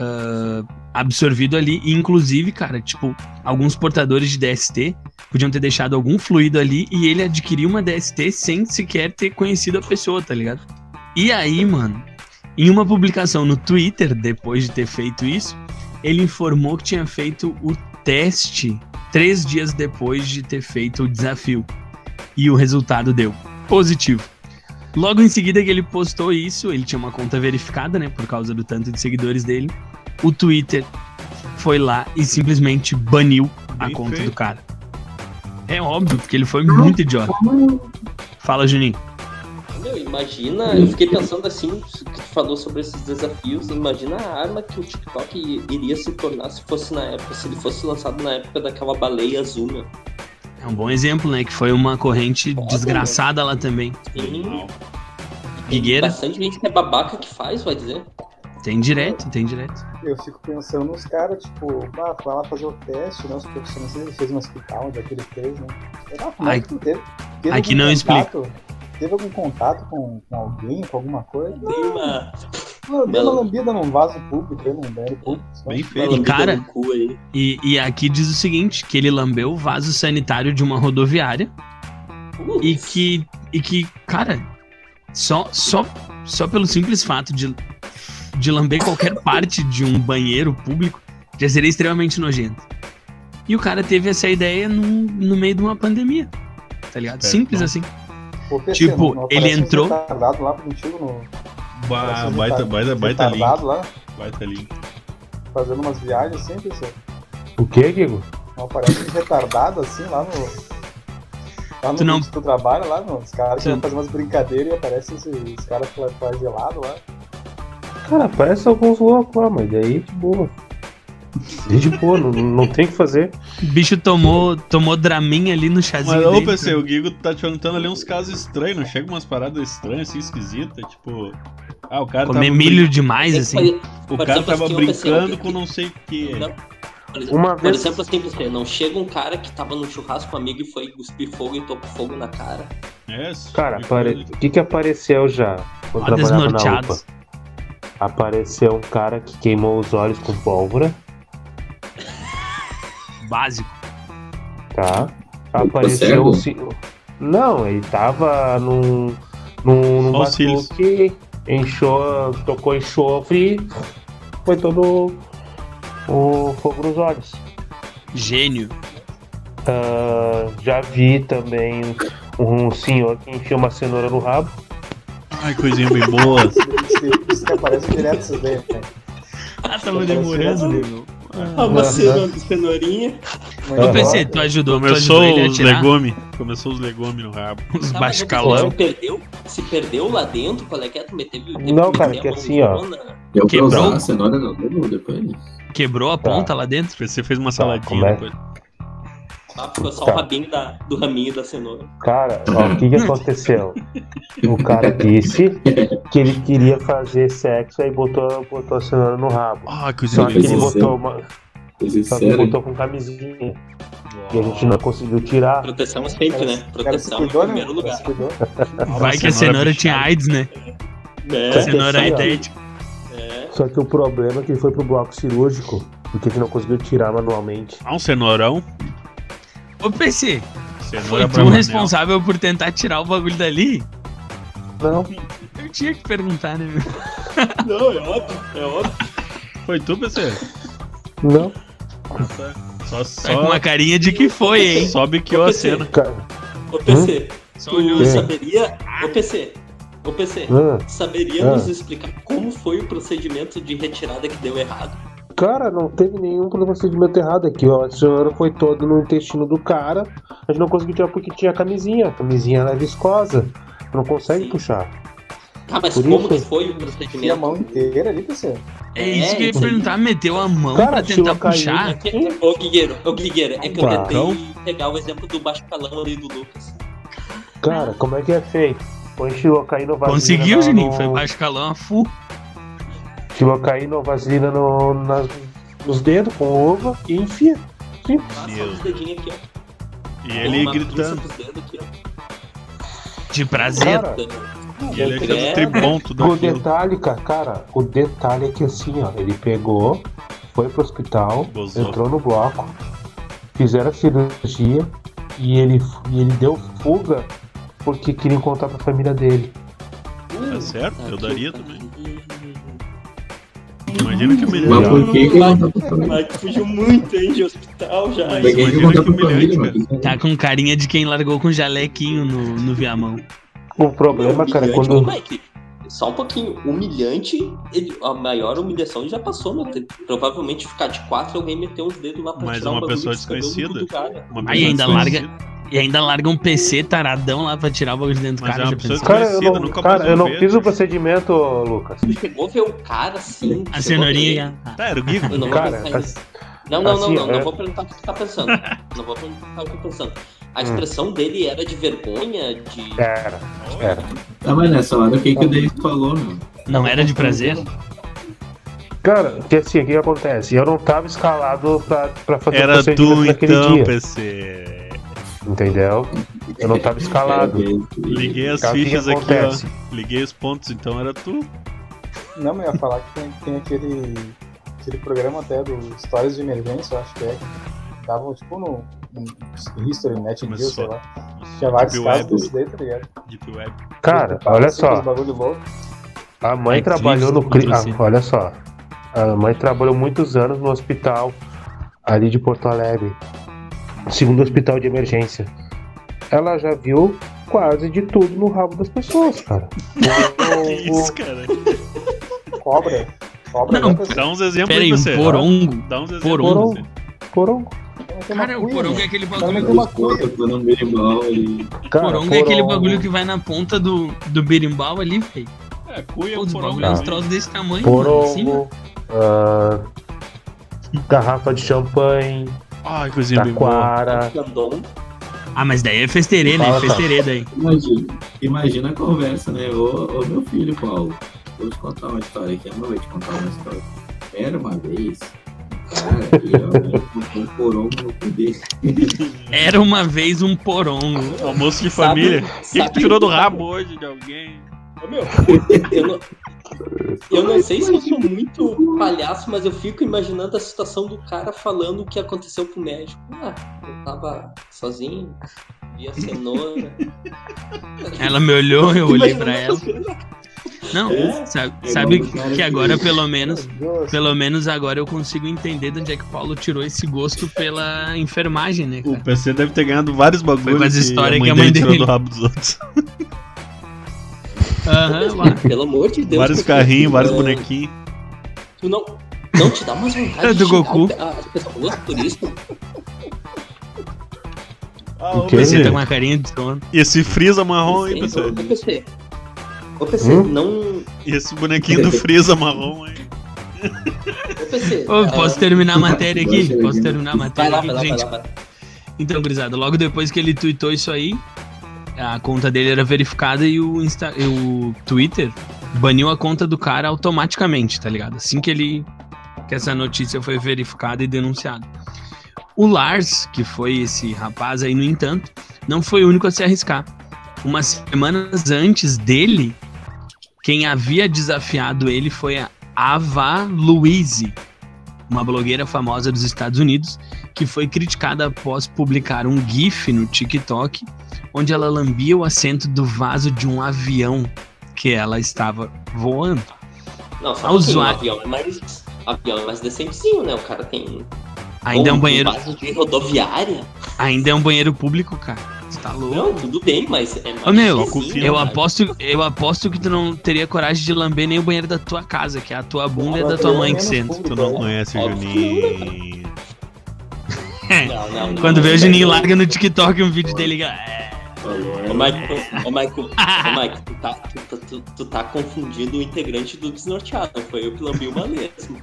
Speaker 1: ah, absorvido ali. E inclusive, cara, tipo, alguns portadores de DST podiam ter deixado algum fluido ali e ele adquiriu uma DST sem sequer ter conhecido a pessoa, tá ligado? E aí, mano, em uma publicação no Twitter, depois de ter feito isso, ele informou que tinha feito o teste três dias depois de ter feito o desafio. E o resultado deu positivo. Logo em seguida que ele postou isso, ele tinha uma conta verificada, né? Por causa do tanto de seguidores dele. O Twitter foi lá e simplesmente baniu a
Speaker 8: Bem
Speaker 1: conta
Speaker 8: feito.
Speaker 1: do cara. É óbvio, porque ele foi muito idiota. Fala, Juninho.
Speaker 2: Meu, imagina, eu fiquei pensando assim, que tu falou sobre esses desafios, imagina a arma que o TikTok i- iria se tornar se fosse na época, se ele fosse lançado na época daquela baleia azul, meu.
Speaker 1: É um bom exemplo, né? Que foi uma corrente desgraçada lá também.
Speaker 2: Tem,
Speaker 8: Mal.
Speaker 2: tem
Speaker 1: Figueira.
Speaker 2: bastante gente que é babaca que faz, vai dizer.
Speaker 1: Tem direto, tem direto.
Speaker 10: Eu fico pensando nos caras, tipo, ah, foi lá fazer o teste, né? Os profissionais, não sei se ele fez um hospital, onde é que ele fez, né? Será como
Speaker 1: Ai,
Speaker 10: é que tu teve? teve
Speaker 1: aqui
Speaker 10: algum
Speaker 1: não
Speaker 10: contato, Teve algum contato com, com alguém, com alguma coisa?
Speaker 2: Tem
Speaker 4: Ah.
Speaker 2: uma,
Speaker 10: Não, deu uma
Speaker 2: Não.
Speaker 10: lambida num vaso público, aí, num banheiro público. só.
Speaker 8: Bem
Speaker 2: uma
Speaker 8: feito.
Speaker 2: lambida
Speaker 1: cara-
Speaker 2: no cu aí.
Speaker 1: E, e aqui diz o seguinte: que ele lambeu o vaso sanitário de uma rodoviária.
Speaker 2: Putz, É
Speaker 1: e que e que cara só só só pelo simples fato de de lamber qualquer parte de um banheiro público já seria extremamente nojento e o cara teve essa ideia no, no meio de uma pandemia tá ligado
Speaker 8: É,
Speaker 1: simples
Speaker 8: não.
Speaker 1: assim
Speaker 10: Pô, PC,
Speaker 1: Tipo,
Speaker 10: não- não
Speaker 1: ele
Speaker 10: aparece uns
Speaker 1: entrou-
Speaker 10: retardado lá contigo no.
Speaker 8: Ba
Speaker 10: aparece uns
Speaker 7: tá-
Speaker 8: baita,
Speaker 10: retar-
Speaker 3: É
Speaker 8: baita, baita
Speaker 10: retardado
Speaker 8: link.
Speaker 10: lá,
Speaker 8: Baita link.
Speaker 10: fazendo umas viagens assim, PC.
Speaker 4: O que, Guigo?
Speaker 10: Não aparece um retardado assim lá no. Lá no
Speaker 1: Tu não-
Speaker 10: não... tu trabalha lá, não. Os caras
Speaker 1: Tu-
Speaker 10: querem fazer umas brincadeiras e aparecem esses, os caras flagelados lá.
Speaker 4: Cara, aparece alguns loucos lá, mas daí de boa. E de boa, não, não tem o que fazer.
Speaker 1: O bicho tomou, tomou Dramin ali no chazinho
Speaker 8: Mas ô,
Speaker 1: dele.
Speaker 8: PC, o Guigo tá te perguntando ali uns casos estranhos, não chega umas paradas estranhas, assim, esquisitas, tipo. Ah, o cara
Speaker 1: Comer
Speaker 8: tava
Speaker 1: milho
Speaker 8: brin-
Speaker 1: demais,
Speaker 2: É,
Speaker 1: assim.
Speaker 2: por-
Speaker 8: O
Speaker 2: por
Speaker 8: cara
Speaker 2: exemplo,
Speaker 8: tava
Speaker 2: assim, ô,
Speaker 8: brincando
Speaker 2: PC,
Speaker 8: com não sei o que.
Speaker 2: Não. Por exemplo,
Speaker 4: Uma
Speaker 2: Por
Speaker 4: vez.
Speaker 2: exemplo, assim, você não chega um cara que tava no churrasco um amigo e foi cuspir fogo e topou fogo na cara.
Speaker 8: É, esse
Speaker 4: Cara,
Speaker 8: tipo de
Speaker 4: apare...
Speaker 8: coisa.
Speaker 4: o que, que apareceu já? Quando
Speaker 1: Ó,
Speaker 4: trabalhava na UPA?
Speaker 1: desnorteados.
Speaker 4: Apareceu um cara que queimou os olhos com pólvora,
Speaker 1: Básico.
Speaker 4: tá?
Speaker 5: cego?
Speaker 4: Apareceu um se- Não, ele tava num. num, num
Speaker 8: Auxílios.
Speaker 4: batuque, enchou, tocou enxofre e foi todo o fogo nos olhos.
Speaker 1: Gênio.
Speaker 4: Ah, já vi também um senhor que enfia uma cenoura no rabo.
Speaker 8: Ai, coisinha bem boa.
Speaker 10: Isso- Isso que aparece direto né? essas ideias, cara.
Speaker 1: Ah, tava demorando, nego.
Speaker 2: Ah, uma ceno- cenourinha.
Speaker 10: Mas
Speaker 1: Ô,
Speaker 4: Aham.
Speaker 1: PC, tu ajudou, tu
Speaker 8: Começou
Speaker 1: ajudou ele a
Speaker 8: os
Speaker 1: tirar
Speaker 8: legumes. Começou os legumes no rabo.
Speaker 1: os
Speaker 2: Tá, mas
Speaker 1: bascalão.
Speaker 2: Se perdeu, se perdeu lá dentro, qual é que é? Tu meteu, teve
Speaker 4: Não,
Speaker 2: que
Speaker 4: cara,
Speaker 2: meter
Speaker 4: que
Speaker 2: a
Speaker 4: assim, ó.
Speaker 2: mãozona.
Speaker 5: Eu pra
Speaker 1: Quebrou?
Speaker 5: usar a cenoura não, não depois. né?
Speaker 1: Quebrou
Speaker 8: Tá.
Speaker 1: a ponta lá dentro.
Speaker 8: O PC fez uma
Speaker 4: como
Speaker 8: saladinha
Speaker 4: é?
Speaker 8: depois.
Speaker 2: Ah, ficou só
Speaker 4: Tá.
Speaker 2: o rabinho da, do raminho da cenoura.
Speaker 4: Cara, ó, o que, que aconteceu? O cara disse que ele queria fazer sexo aí botou, botou a cenoura no rabo.
Speaker 8: Ah,
Speaker 4: Só
Speaker 8: coisinha
Speaker 4: que
Speaker 8: bem
Speaker 4: ele
Speaker 5: Mas
Speaker 8: boa.
Speaker 5: você-
Speaker 4: botou, uma,
Speaker 5: Coisa
Speaker 8: Tá
Speaker 4: só que ele
Speaker 5: séria.
Speaker 4: botou com camisinha. E a gente não conseguiu tirar.
Speaker 2: Proteção sempre, né?
Speaker 10: O cara se
Speaker 2: Proteção em
Speaker 10: cuidou, né?
Speaker 2: primeiro
Speaker 10: O cara
Speaker 2: lugar.
Speaker 10: se cuidou.
Speaker 1: Vai que a cenoura tinha AIDS, né? A
Speaker 2: É,
Speaker 1: cenoura
Speaker 4: Assim, ó.
Speaker 1: idêntica.
Speaker 2: é.
Speaker 4: Só que o problema é que ele foi pro bloco cirúrgico, porque ele não conseguiu tirar manualmente.
Speaker 8: Ah, um cenourão.
Speaker 1: Ô, PC, foi
Speaker 8: Cenoura pra
Speaker 1: tu
Speaker 8: Manel.
Speaker 1: responsável por tentar tirar o bagulho dali?
Speaker 4: Não,
Speaker 1: Eu tinha que perguntar, né? meu?
Speaker 2: Não, é óbvio, é óbvio.
Speaker 8: Foi tu, PC?
Speaker 4: não.
Speaker 8: Só,
Speaker 1: Tá com
Speaker 8: só,
Speaker 1: uma carinha de que foi, hein?
Speaker 8: sobe que eu a
Speaker 2: PC.
Speaker 8: cena.
Speaker 4: Cara,
Speaker 2: Ô, PC,
Speaker 1: Hum? Só olhou
Speaker 2: tu
Speaker 4: assim.
Speaker 2: saberia... Ô, PC, ô, PC,
Speaker 4: ah,
Speaker 2: saberia
Speaker 4: Ah.
Speaker 2: nos explicar como foi o procedimento de retirada que deu errado?
Speaker 4: cara, não teve nenhum assim procedimento errado aqui. ó. A cenoura foi toda no intestino do cara. A gente não conseguiu tirar porque tinha camisinha. A camisinha era viscosa. Não consegue
Speaker 2: Sim.
Speaker 4: puxar.
Speaker 2: Ah, mas
Speaker 4: Por
Speaker 2: como
Speaker 4: isso?
Speaker 2: que foi o
Speaker 10: Tinha a
Speaker 2: procedimento?
Speaker 10: mão inteira ali, PC.
Speaker 1: É isso que eu ia
Speaker 2: então.
Speaker 1: perguntar, meteu a mão
Speaker 4: Cara,
Speaker 1: pra
Speaker 4: chegou
Speaker 1: tentar
Speaker 4: a cair.
Speaker 2: É
Speaker 1: puxar.
Speaker 2: que- Ô, Guigueiro, ô, Guigueiro, é que eu
Speaker 4: Tá.
Speaker 2: tentei pegar o exemplo do baixo calão ali do Lucas.
Speaker 4: Cara, como é que é feito? Põe xilocaína ou vaselina.
Speaker 1: Conseguiu,
Speaker 4: na-
Speaker 1: Juninho?
Speaker 4: no-
Speaker 1: Foi baixo calão, a full.
Speaker 4: Xilocaína ou vaselina no, nas, nos dedos, com uva e enfia.
Speaker 2: Passa
Speaker 8: Deus.
Speaker 2: os dedinhos aqui, ó.
Speaker 8: E ele
Speaker 2: Uma
Speaker 8: gritando.
Speaker 2: pinça pros dedos aqui, ó.
Speaker 1: De prazer.
Speaker 4: Cara,
Speaker 8: E ele achando
Speaker 2: É.
Speaker 8: tribom tudo
Speaker 4: O
Speaker 8: aquilo.
Speaker 4: detalhe, cara, cara, o detalhe é que assim, ó, ele pegou, foi pro hospital,
Speaker 8: Gozou.
Speaker 4: entrou no bloco, fizeram a cirurgia e ele, e ele deu fuga porque queriam contar pra família dele.
Speaker 8: Tá certo, eu
Speaker 2: Aqui,
Speaker 8: daria
Speaker 2: tá
Speaker 8: também.
Speaker 2: aqui.
Speaker 8: Imagina que
Speaker 5: Mas
Speaker 8: humilhante.
Speaker 4: Não.
Speaker 5: por que que ele não tá falando?
Speaker 2: Mas fugiu muito, hein, de hospital já.
Speaker 5: Mas quem que
Speaker 8: Imagina
Speaker 5: conta
Speaker 8: que
Speaker 5: pra família,
Speaker 8: humilhante,
Speaker 5: mano?
Speaker 1: Tá com carinha de quem largou com jalequinho no, no viamão.
Speaker 4: O problema, cara, é quando.
Speaker 2: Ô, Mike, só um pouquinho. Humilhante, ele- a maior humilhação ele já passou, né? Tem- Provavelmente ficar de quatro, alguém meter uns dedos lá pra
Speaker 8: Mas
Speaker 2: tirar
Speaker 8: uma
Speaker 2: um bagulho
Speaker 8: pessoa
Speaker 2: que escapou do
Speaker 8: desconhecida.
Speaker 2: cu do cara.
Speaker 8: Uma
Speaker 1: Aí
Speaker 8: pessoa
Speaker 1: ainda
Speaker 8: desconhecida.
Speaker 1: E ainda larga um PC taradão lá pra tirar o bagulho de dentro do
Speaker 8: Mas
Speaker 1: cara.
Speaker 8: é uma
Speaker 1: já
Speaker 8: pessoa
Speaker 1: pensou?
Speaker 4: Cara, eu
Speaker 8: Conhecido,
Speaker 4: não,
Speaker 8: nunca
Speaker 4: cara,
Speaker 8: mais
Speaker 4: eu não
Speaker 8: vou ver.
Speaker 4: fiz o procedimento, Lucas.
Speaker 2: Tu chegou a ver o cara assim.
Speaker 1: A cenourinha. já-
Speaker 8: Tá, era o Guigo.
Speaker 2: Eu não vou
Speaker 4: Cara,
Speaker 2: perguntar
Speaker 4: as-
Speaker 2: isso. Não, não,
Speaker 4: assim,
Speaker 2: não, não.
Speaker 4: é-
Speaker 2: Não vou perguntar o que tu tá pensando. Não vou perguntar o que tu tá pensando. A expressão dele era de vergonha, de.
Speaker 4: Era, era.
Speaker 5: Tá, mas nessa hora o que que o Denis falou, mano?
Speaker 1: Não era de
Speaker 8: é
Speaker 1: prazer?
Speaker 4: Cara, porque assim, o que que acontece? Eu não tava escalado pra, pra fazer
Speaker 8: Era tu
Speaker 4: naquele
Speaker 8: então,
Speaker 4: dia,
Speaker 8: PC.
Speaker 4: entendeu? Eu não tava escalado.
Speaker 8: Liguei as
Speaker 4: Cara, o que que
Speaker 8: fichas aqui,
Speaker 4: acontece?
Speaker 8: ó. Liguei os pontos, então era tu.
Speaker 10: Não, mas eu ia falar que tem, tem aquele, aquele programa até do Histórias de Emergência, eu acho que é. que Davam tipo no, no History, Net
Speaker 8: Mas
Speaker 10: News, sei
Speaker 8: só-
Speaker 10: lá. Tinha vários
Speaker 8: Deep
Speaker 10: casos
Speaker 8: Web.
Speaker 10: desse daí, tá ligado?
Speaker 8: Deep Web.
Speaker 4: Cara,
Speaker 10: Tipo,
Speaker 4: olha
Speaker 10: assim,
Speaker 4: só.
Speaker 10: uns bagulho louco.
Speaker 4: A mãe
Speaker 1: Ai,
Speaker 4: trabalhou no.
Speaker 1: triste,
Speaker 4: cri- ah,
Speaker 1: patrocínio.
Speaker 4: olha só. A mãe trabalhou muitos anos no hospital ali de Porto Alegre, segundo hospital de emergência. Ela já viu quase de tudo no rabo das pessoas, cara.
Speaker 8: Que
Speaker 4: O- o-
Speaker 8: isso, cara?
Speaker 10: Cobra. Cobra
Speaker 1: Não,
Speaker 10: né, pessoal?
Speaker 8: Dá uns exemplos
Speaker 1: Pera
Speaker 8: aí,
Speaker 1: aí, um
Speaker 8: PC.
Speaker 1: porongo.
Speaker 8: Dá uns exemplos.
Speaker 1: Porongo.
Speaker 8: PC.
Speaker 4: o porongo.
Speaker 10: Tem uma
Speaker 1: Cara, o
Speaker 10: cuia,
Speaker 1: porongo
Speaker 10: né?
Speaker 1: é aquele bagulho.
Speaker 10: bagulho-
Speaker 5: Os pontos dando um berimbau e...
Speaker 4: Cara,
Speaker 1: é porongo é aquele bagulho que vai na ponta do, do berimbau ali, velho.
Speaker 8: É,
Speaker 3: Caracuia é um
Speaker 1: Os
Speaker 3: porongo.
Speaker 1: bagulho é uns troços desse tamanho, mano, assim, mano.
Speaker 4: Porongo, ah, garrafa de champanhe,
Speaker 3: Ai,
Speaker 4: Tá
Speaker 3: coisinha bem boa.
Speaker 4: taquara.
Speaker 2: Candom.
Speaker 1: Ah, mas daí é festerê, né?
Speaker 4: Fala, tá.
Speaker 1: festerê daí.
Speaker 5: Imagina, imagina a conversa, né? Ô, ô meu filho, Paulo, vou te contar uma história aqui, mas vou te contar uma história. Era uma vez, um cara, que eu um porongo no cu dele.
Speaker 1: Era uma vez um porongo.
Speaker 3: Almoço de
Speaker 2: Sabe-
Speaker 3: família. O que, que
Speaker 2: sabe-
Speaker 3: tu tirou do rabo hoje de alguém?
Speaker 2: Ô, meu, eu não, eu não sei se eu sou muito palhaço, mas eu fico imaginando a situação do cara falando o que aconteceu pro médico. Ah, eu tava sozinho, vi a cenoura.
Speaker 1: Ela me olhou, eu olhei pra ela. Não,
Speaker 5: É?
Speaker 1: sabe,
Speaker 5: É
Speaker 1: sabe
Speaker 5: igual o cara
Speaker 1: que
Speaker 5: que-
Speaker 1: agora pelo menos,
Speaker 10: Deus.
Speaker 1: pelo menos agora eu consigo entender de onde é que o Paulo tirou esse gosto pela enfermagem, né,
Speaker 3: O
Speaker 1: cara?
Speaker 3: PC deve ter ganhado vários bagulhos.
Speaker 1: umas histórias que a mãe
Speaker 3: tirou
Speaker 1: dele-
Speaker 3: do rabo dos outros.
Speaker 1: Aham, lá.
Speaker 2: Pelo amor de Deus.
Speaker 3: vários
Speaker 2: porque-
Speaker 3: carrinhos, vários
Speaker 2: Ah,
Speaker 3: bonequinhos.
Speaker 2: Tu não, não te dá mais vontade
Speaker 1: Do
Speaker 2: de xingar
Speaker 1: Goku.
Speaker 2: as pessoas por isso?
Speaker 3: Ah,
Speaker 4: O
Speaker 3: ô,
Speaker 4: quê?
Speaker 1: Você
Speaker 3: PC,
Speaker 1: tá com uma carinha de sono.
Speaker 3: E esse Freeza marrom aí,
Speaker 2: Sim,
Speaker 3: PC?
Speaker 2: Ô, PC. Ô, PC,
Speaker 4: Hum?
Speaker 2: não.
Speaker 3: E esse bonequinho do Freeza marrom aí?
Speaker 2: Ô, PC.
Speaker 1: Ô,
Speaker 2: ah,
Speaker 1: posso um terminar a matéria aqui?
Speaker 5: Vai,
Speaker 1: Posso terminar a
Speaker 2: Vai
Speaker 1: matéria
Speaker 2: lá,
Speaker 1: aqui,
Speaker 2: vai lá, vai
Speaker 1: gente?
Speaker 2: lá. vai lá.
Speaker 1: Então, gurizada, logo depois que ele tweetou isso aí, a conta dele era verificada e o, Insta e o Twitter baniu a conta do cara automaticamente, tá ligado? Assim que ele que essa notícia foi verificada e denunciada. O Lars, que foi esse rapaz aí, no entanto, não foi o único a se arriscar. Umas semanas antes dele, quem havia desafiado ele foi a Ava Louise, uma blogueira famosa dos Estados Unidos, que foi criticada após publicar um GIF no TikTok, onde ela lambia o assento do vaso de um avião que ela estava voando. Ah,
Speaker 2: Não, só um pouquinho,
Speaker 1: usuário.
Speaker 2: avião é mais. Avião é mais decentezinho, né? O cara tem.
Speaker 1: Ainda é um
Speaker 2: Ou
Speaker 1: banheiro,
Speaker 2: vaso de rodoviária?
Speaker 1: ainda é um banheiro público, cara. Você tá louco?
Speaker 2: Não, tudo bem, mas é mais.
Speaker 1: Ô, meu,
Speaker 2: decentezinho,
Speaker 1: Eu
Speaker 2: cara.
Speaker 1: aposto, eu aposto que tu não teria coragem de lamber nem o banheiro da tua casa, que é a tua bunda e a da tua
Speaker 2: um
Speaker 1: mãe que senta.
Speaker 3: Tu não conhece o
Speaker 2: Óbvio que não,
Speaker 3: Juninho.
Speaker 2: Não, não, não.
Speaker 1: Quando vê o
Speaker 2: Não,
Speaker 1: Juninho
Speaker 2: não.
Speaker 1: larga no TikTok um vídeo dele. É,
Speaker 5: Falou,
Speaker 2: Ô,
Speaker 5: era
Speaker 2: Maico, ô, Maico, ô, Maico, tu tá, tu, tá- tu- tu tá confundindo o integrante do Desnorteado. Foi eu que lambi uma lesma.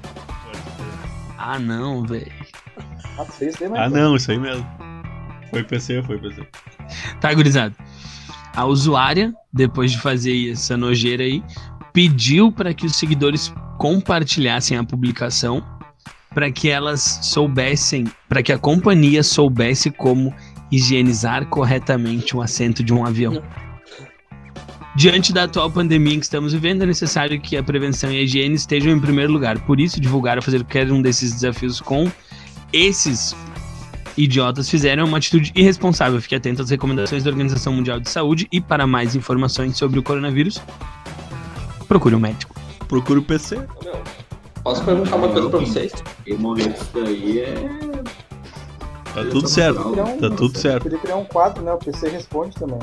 Speaker 1: Ah, não, velho.
Speaker 10: Ah, tu fez, né,
Speaker 3: Ah,
Speaker 10: Michael?
Speaker 3: não, isso aí mesmo. Foi PC, foi PC.
Speaker 1: Tá, gurizada. A usuária, depois de fazer essa nojeira aí, pediu para que os seguidores compartilhassem a publicação para que elas soubessem, para que a companhia soubesse como higienizar corretamente o assento de um avião. Diante da atual pandemia em que estamos vivendo, é necessário que a prevenção e a higiene estejam em primeiro lugar. Por isso, divulgar ou fazer qualquer um desses desafios com esses idiotas fizeram é uma atitude irresponsável. Fique atento às recomendações da Organização Mundial de Saúde e para mais informações sobre o coronavírus, procure um médico.
Speaker 3: Procura o PC.
Speaker 2: Posso perguntar uma coisa pra vocês?
Speaker 5: Em momentos daí é. né?
Speaker 3: Tá tudo certo.
Speaker 10: Podia criar um-
Speaker 3: Tá tudo certo.
Speaker 10: Podia criar um quadro, né? O PC responde também.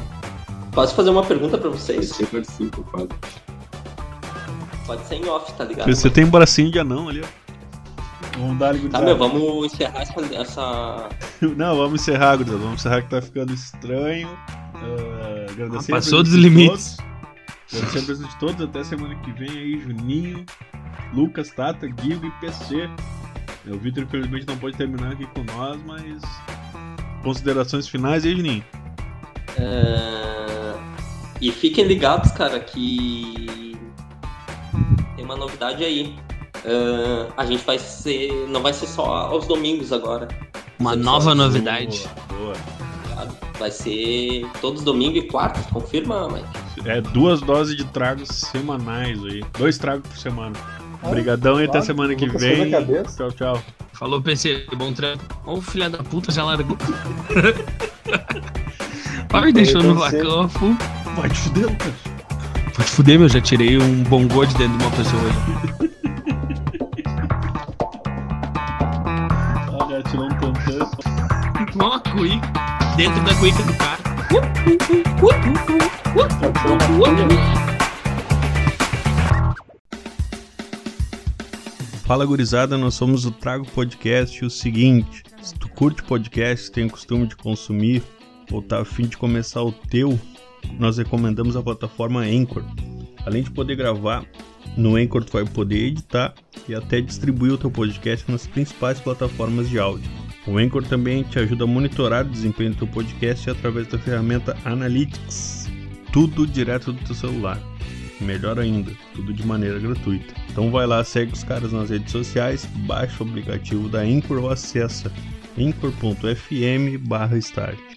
Speaker 2: Posso fazer uma pergunta pra vocês?
Speaker 5: Você participa, quase.
Speaker 2: Pode ser em off, tá ligado?
Speaker 3: PC tem um bracinho de anão ali, ó. Vamos dar ali,
Speaker 2: Tá,
Speaker 3: gurizada.
Speaker 2: meu, vamos encerrar essa. essa...
Speaker 3: Não, vamos encerrar, gurizada. Vamos encerrar que tá ficando estranho. Ah, agradecer
Speaker 1: Ah,
Speaker 3: a
Speaker 1: passou
Speaker 3: presença
Speaker 1: dos
Speaker 3: de
Speaker 1: limites.
Speaker 3: todos. Agradecer a presença de todos. Até semana que vem aí, Juninho, Lucas, Tata, Guigo e PC. O Vitor, infelizmente, não pode terminar aqui com nós, mas. Considerações finais aí, Juninho?
Speaker 2: Ah, E fiquem ligados, cara, que tem uma novidade aí. Ah, a gente vai ser. Não vai ser só aos domingos agora.
Speaker 1: Uma
Speaker 2: Esse
Speaker 1: nova
Speaker 2: episódio
Speaker 1: novidade.
Speaker 3: Boa.
Speaker 2: Vai ser todos domingo e quarta. Confirma, mãe.
Speaker 3: É duas doses de tragos semanais aí. Dois tragos por semana. Obrigadão e até
Speaker 10: claro.
Speaker 3: semana que
Speaker 10: Lucas
Speaker 3: vem.
Speaker 10: foi na cabeça.
Speaker 3: Tchau, tchau.
Speaker 1: Falou, PC, bom trampo. Ô, filha da puta, já largou. Pai, me deixou no vacão, fu.
Speaker 3: Vai te fuder, Lucas.
Speaker 1: Pode fuder, meu, já tirei um bongô de dentro de uma pessoa aí.
Speaker 3: Ah, já tirou um tantão.
Speaker 1: Com uma cuíca, dentro da cuíca do cara.
Speaker 3: Fala gurizada, nós somos o Trago Podcast e o seguinte, se tu curte podcast, tem o costume de consumir ou tá afim de começar o teu, nós recomendamos a plataforma Anchor. Além de poder gravar no Anchor, tu vai poder editar e até distribuir o teu podcast nas principais plataformas de áudio. O Anchor também te ajuda a monitorar o desempenho do teu podcast através da ferramenta Analytics. Tudo direto do teu celular. Melhor ainda, tudo de maneira gratuita. Então vai lá, segue os caras nas redes sociais, baixa o aplicativo da Anchor ou acessa anchor.fm/start.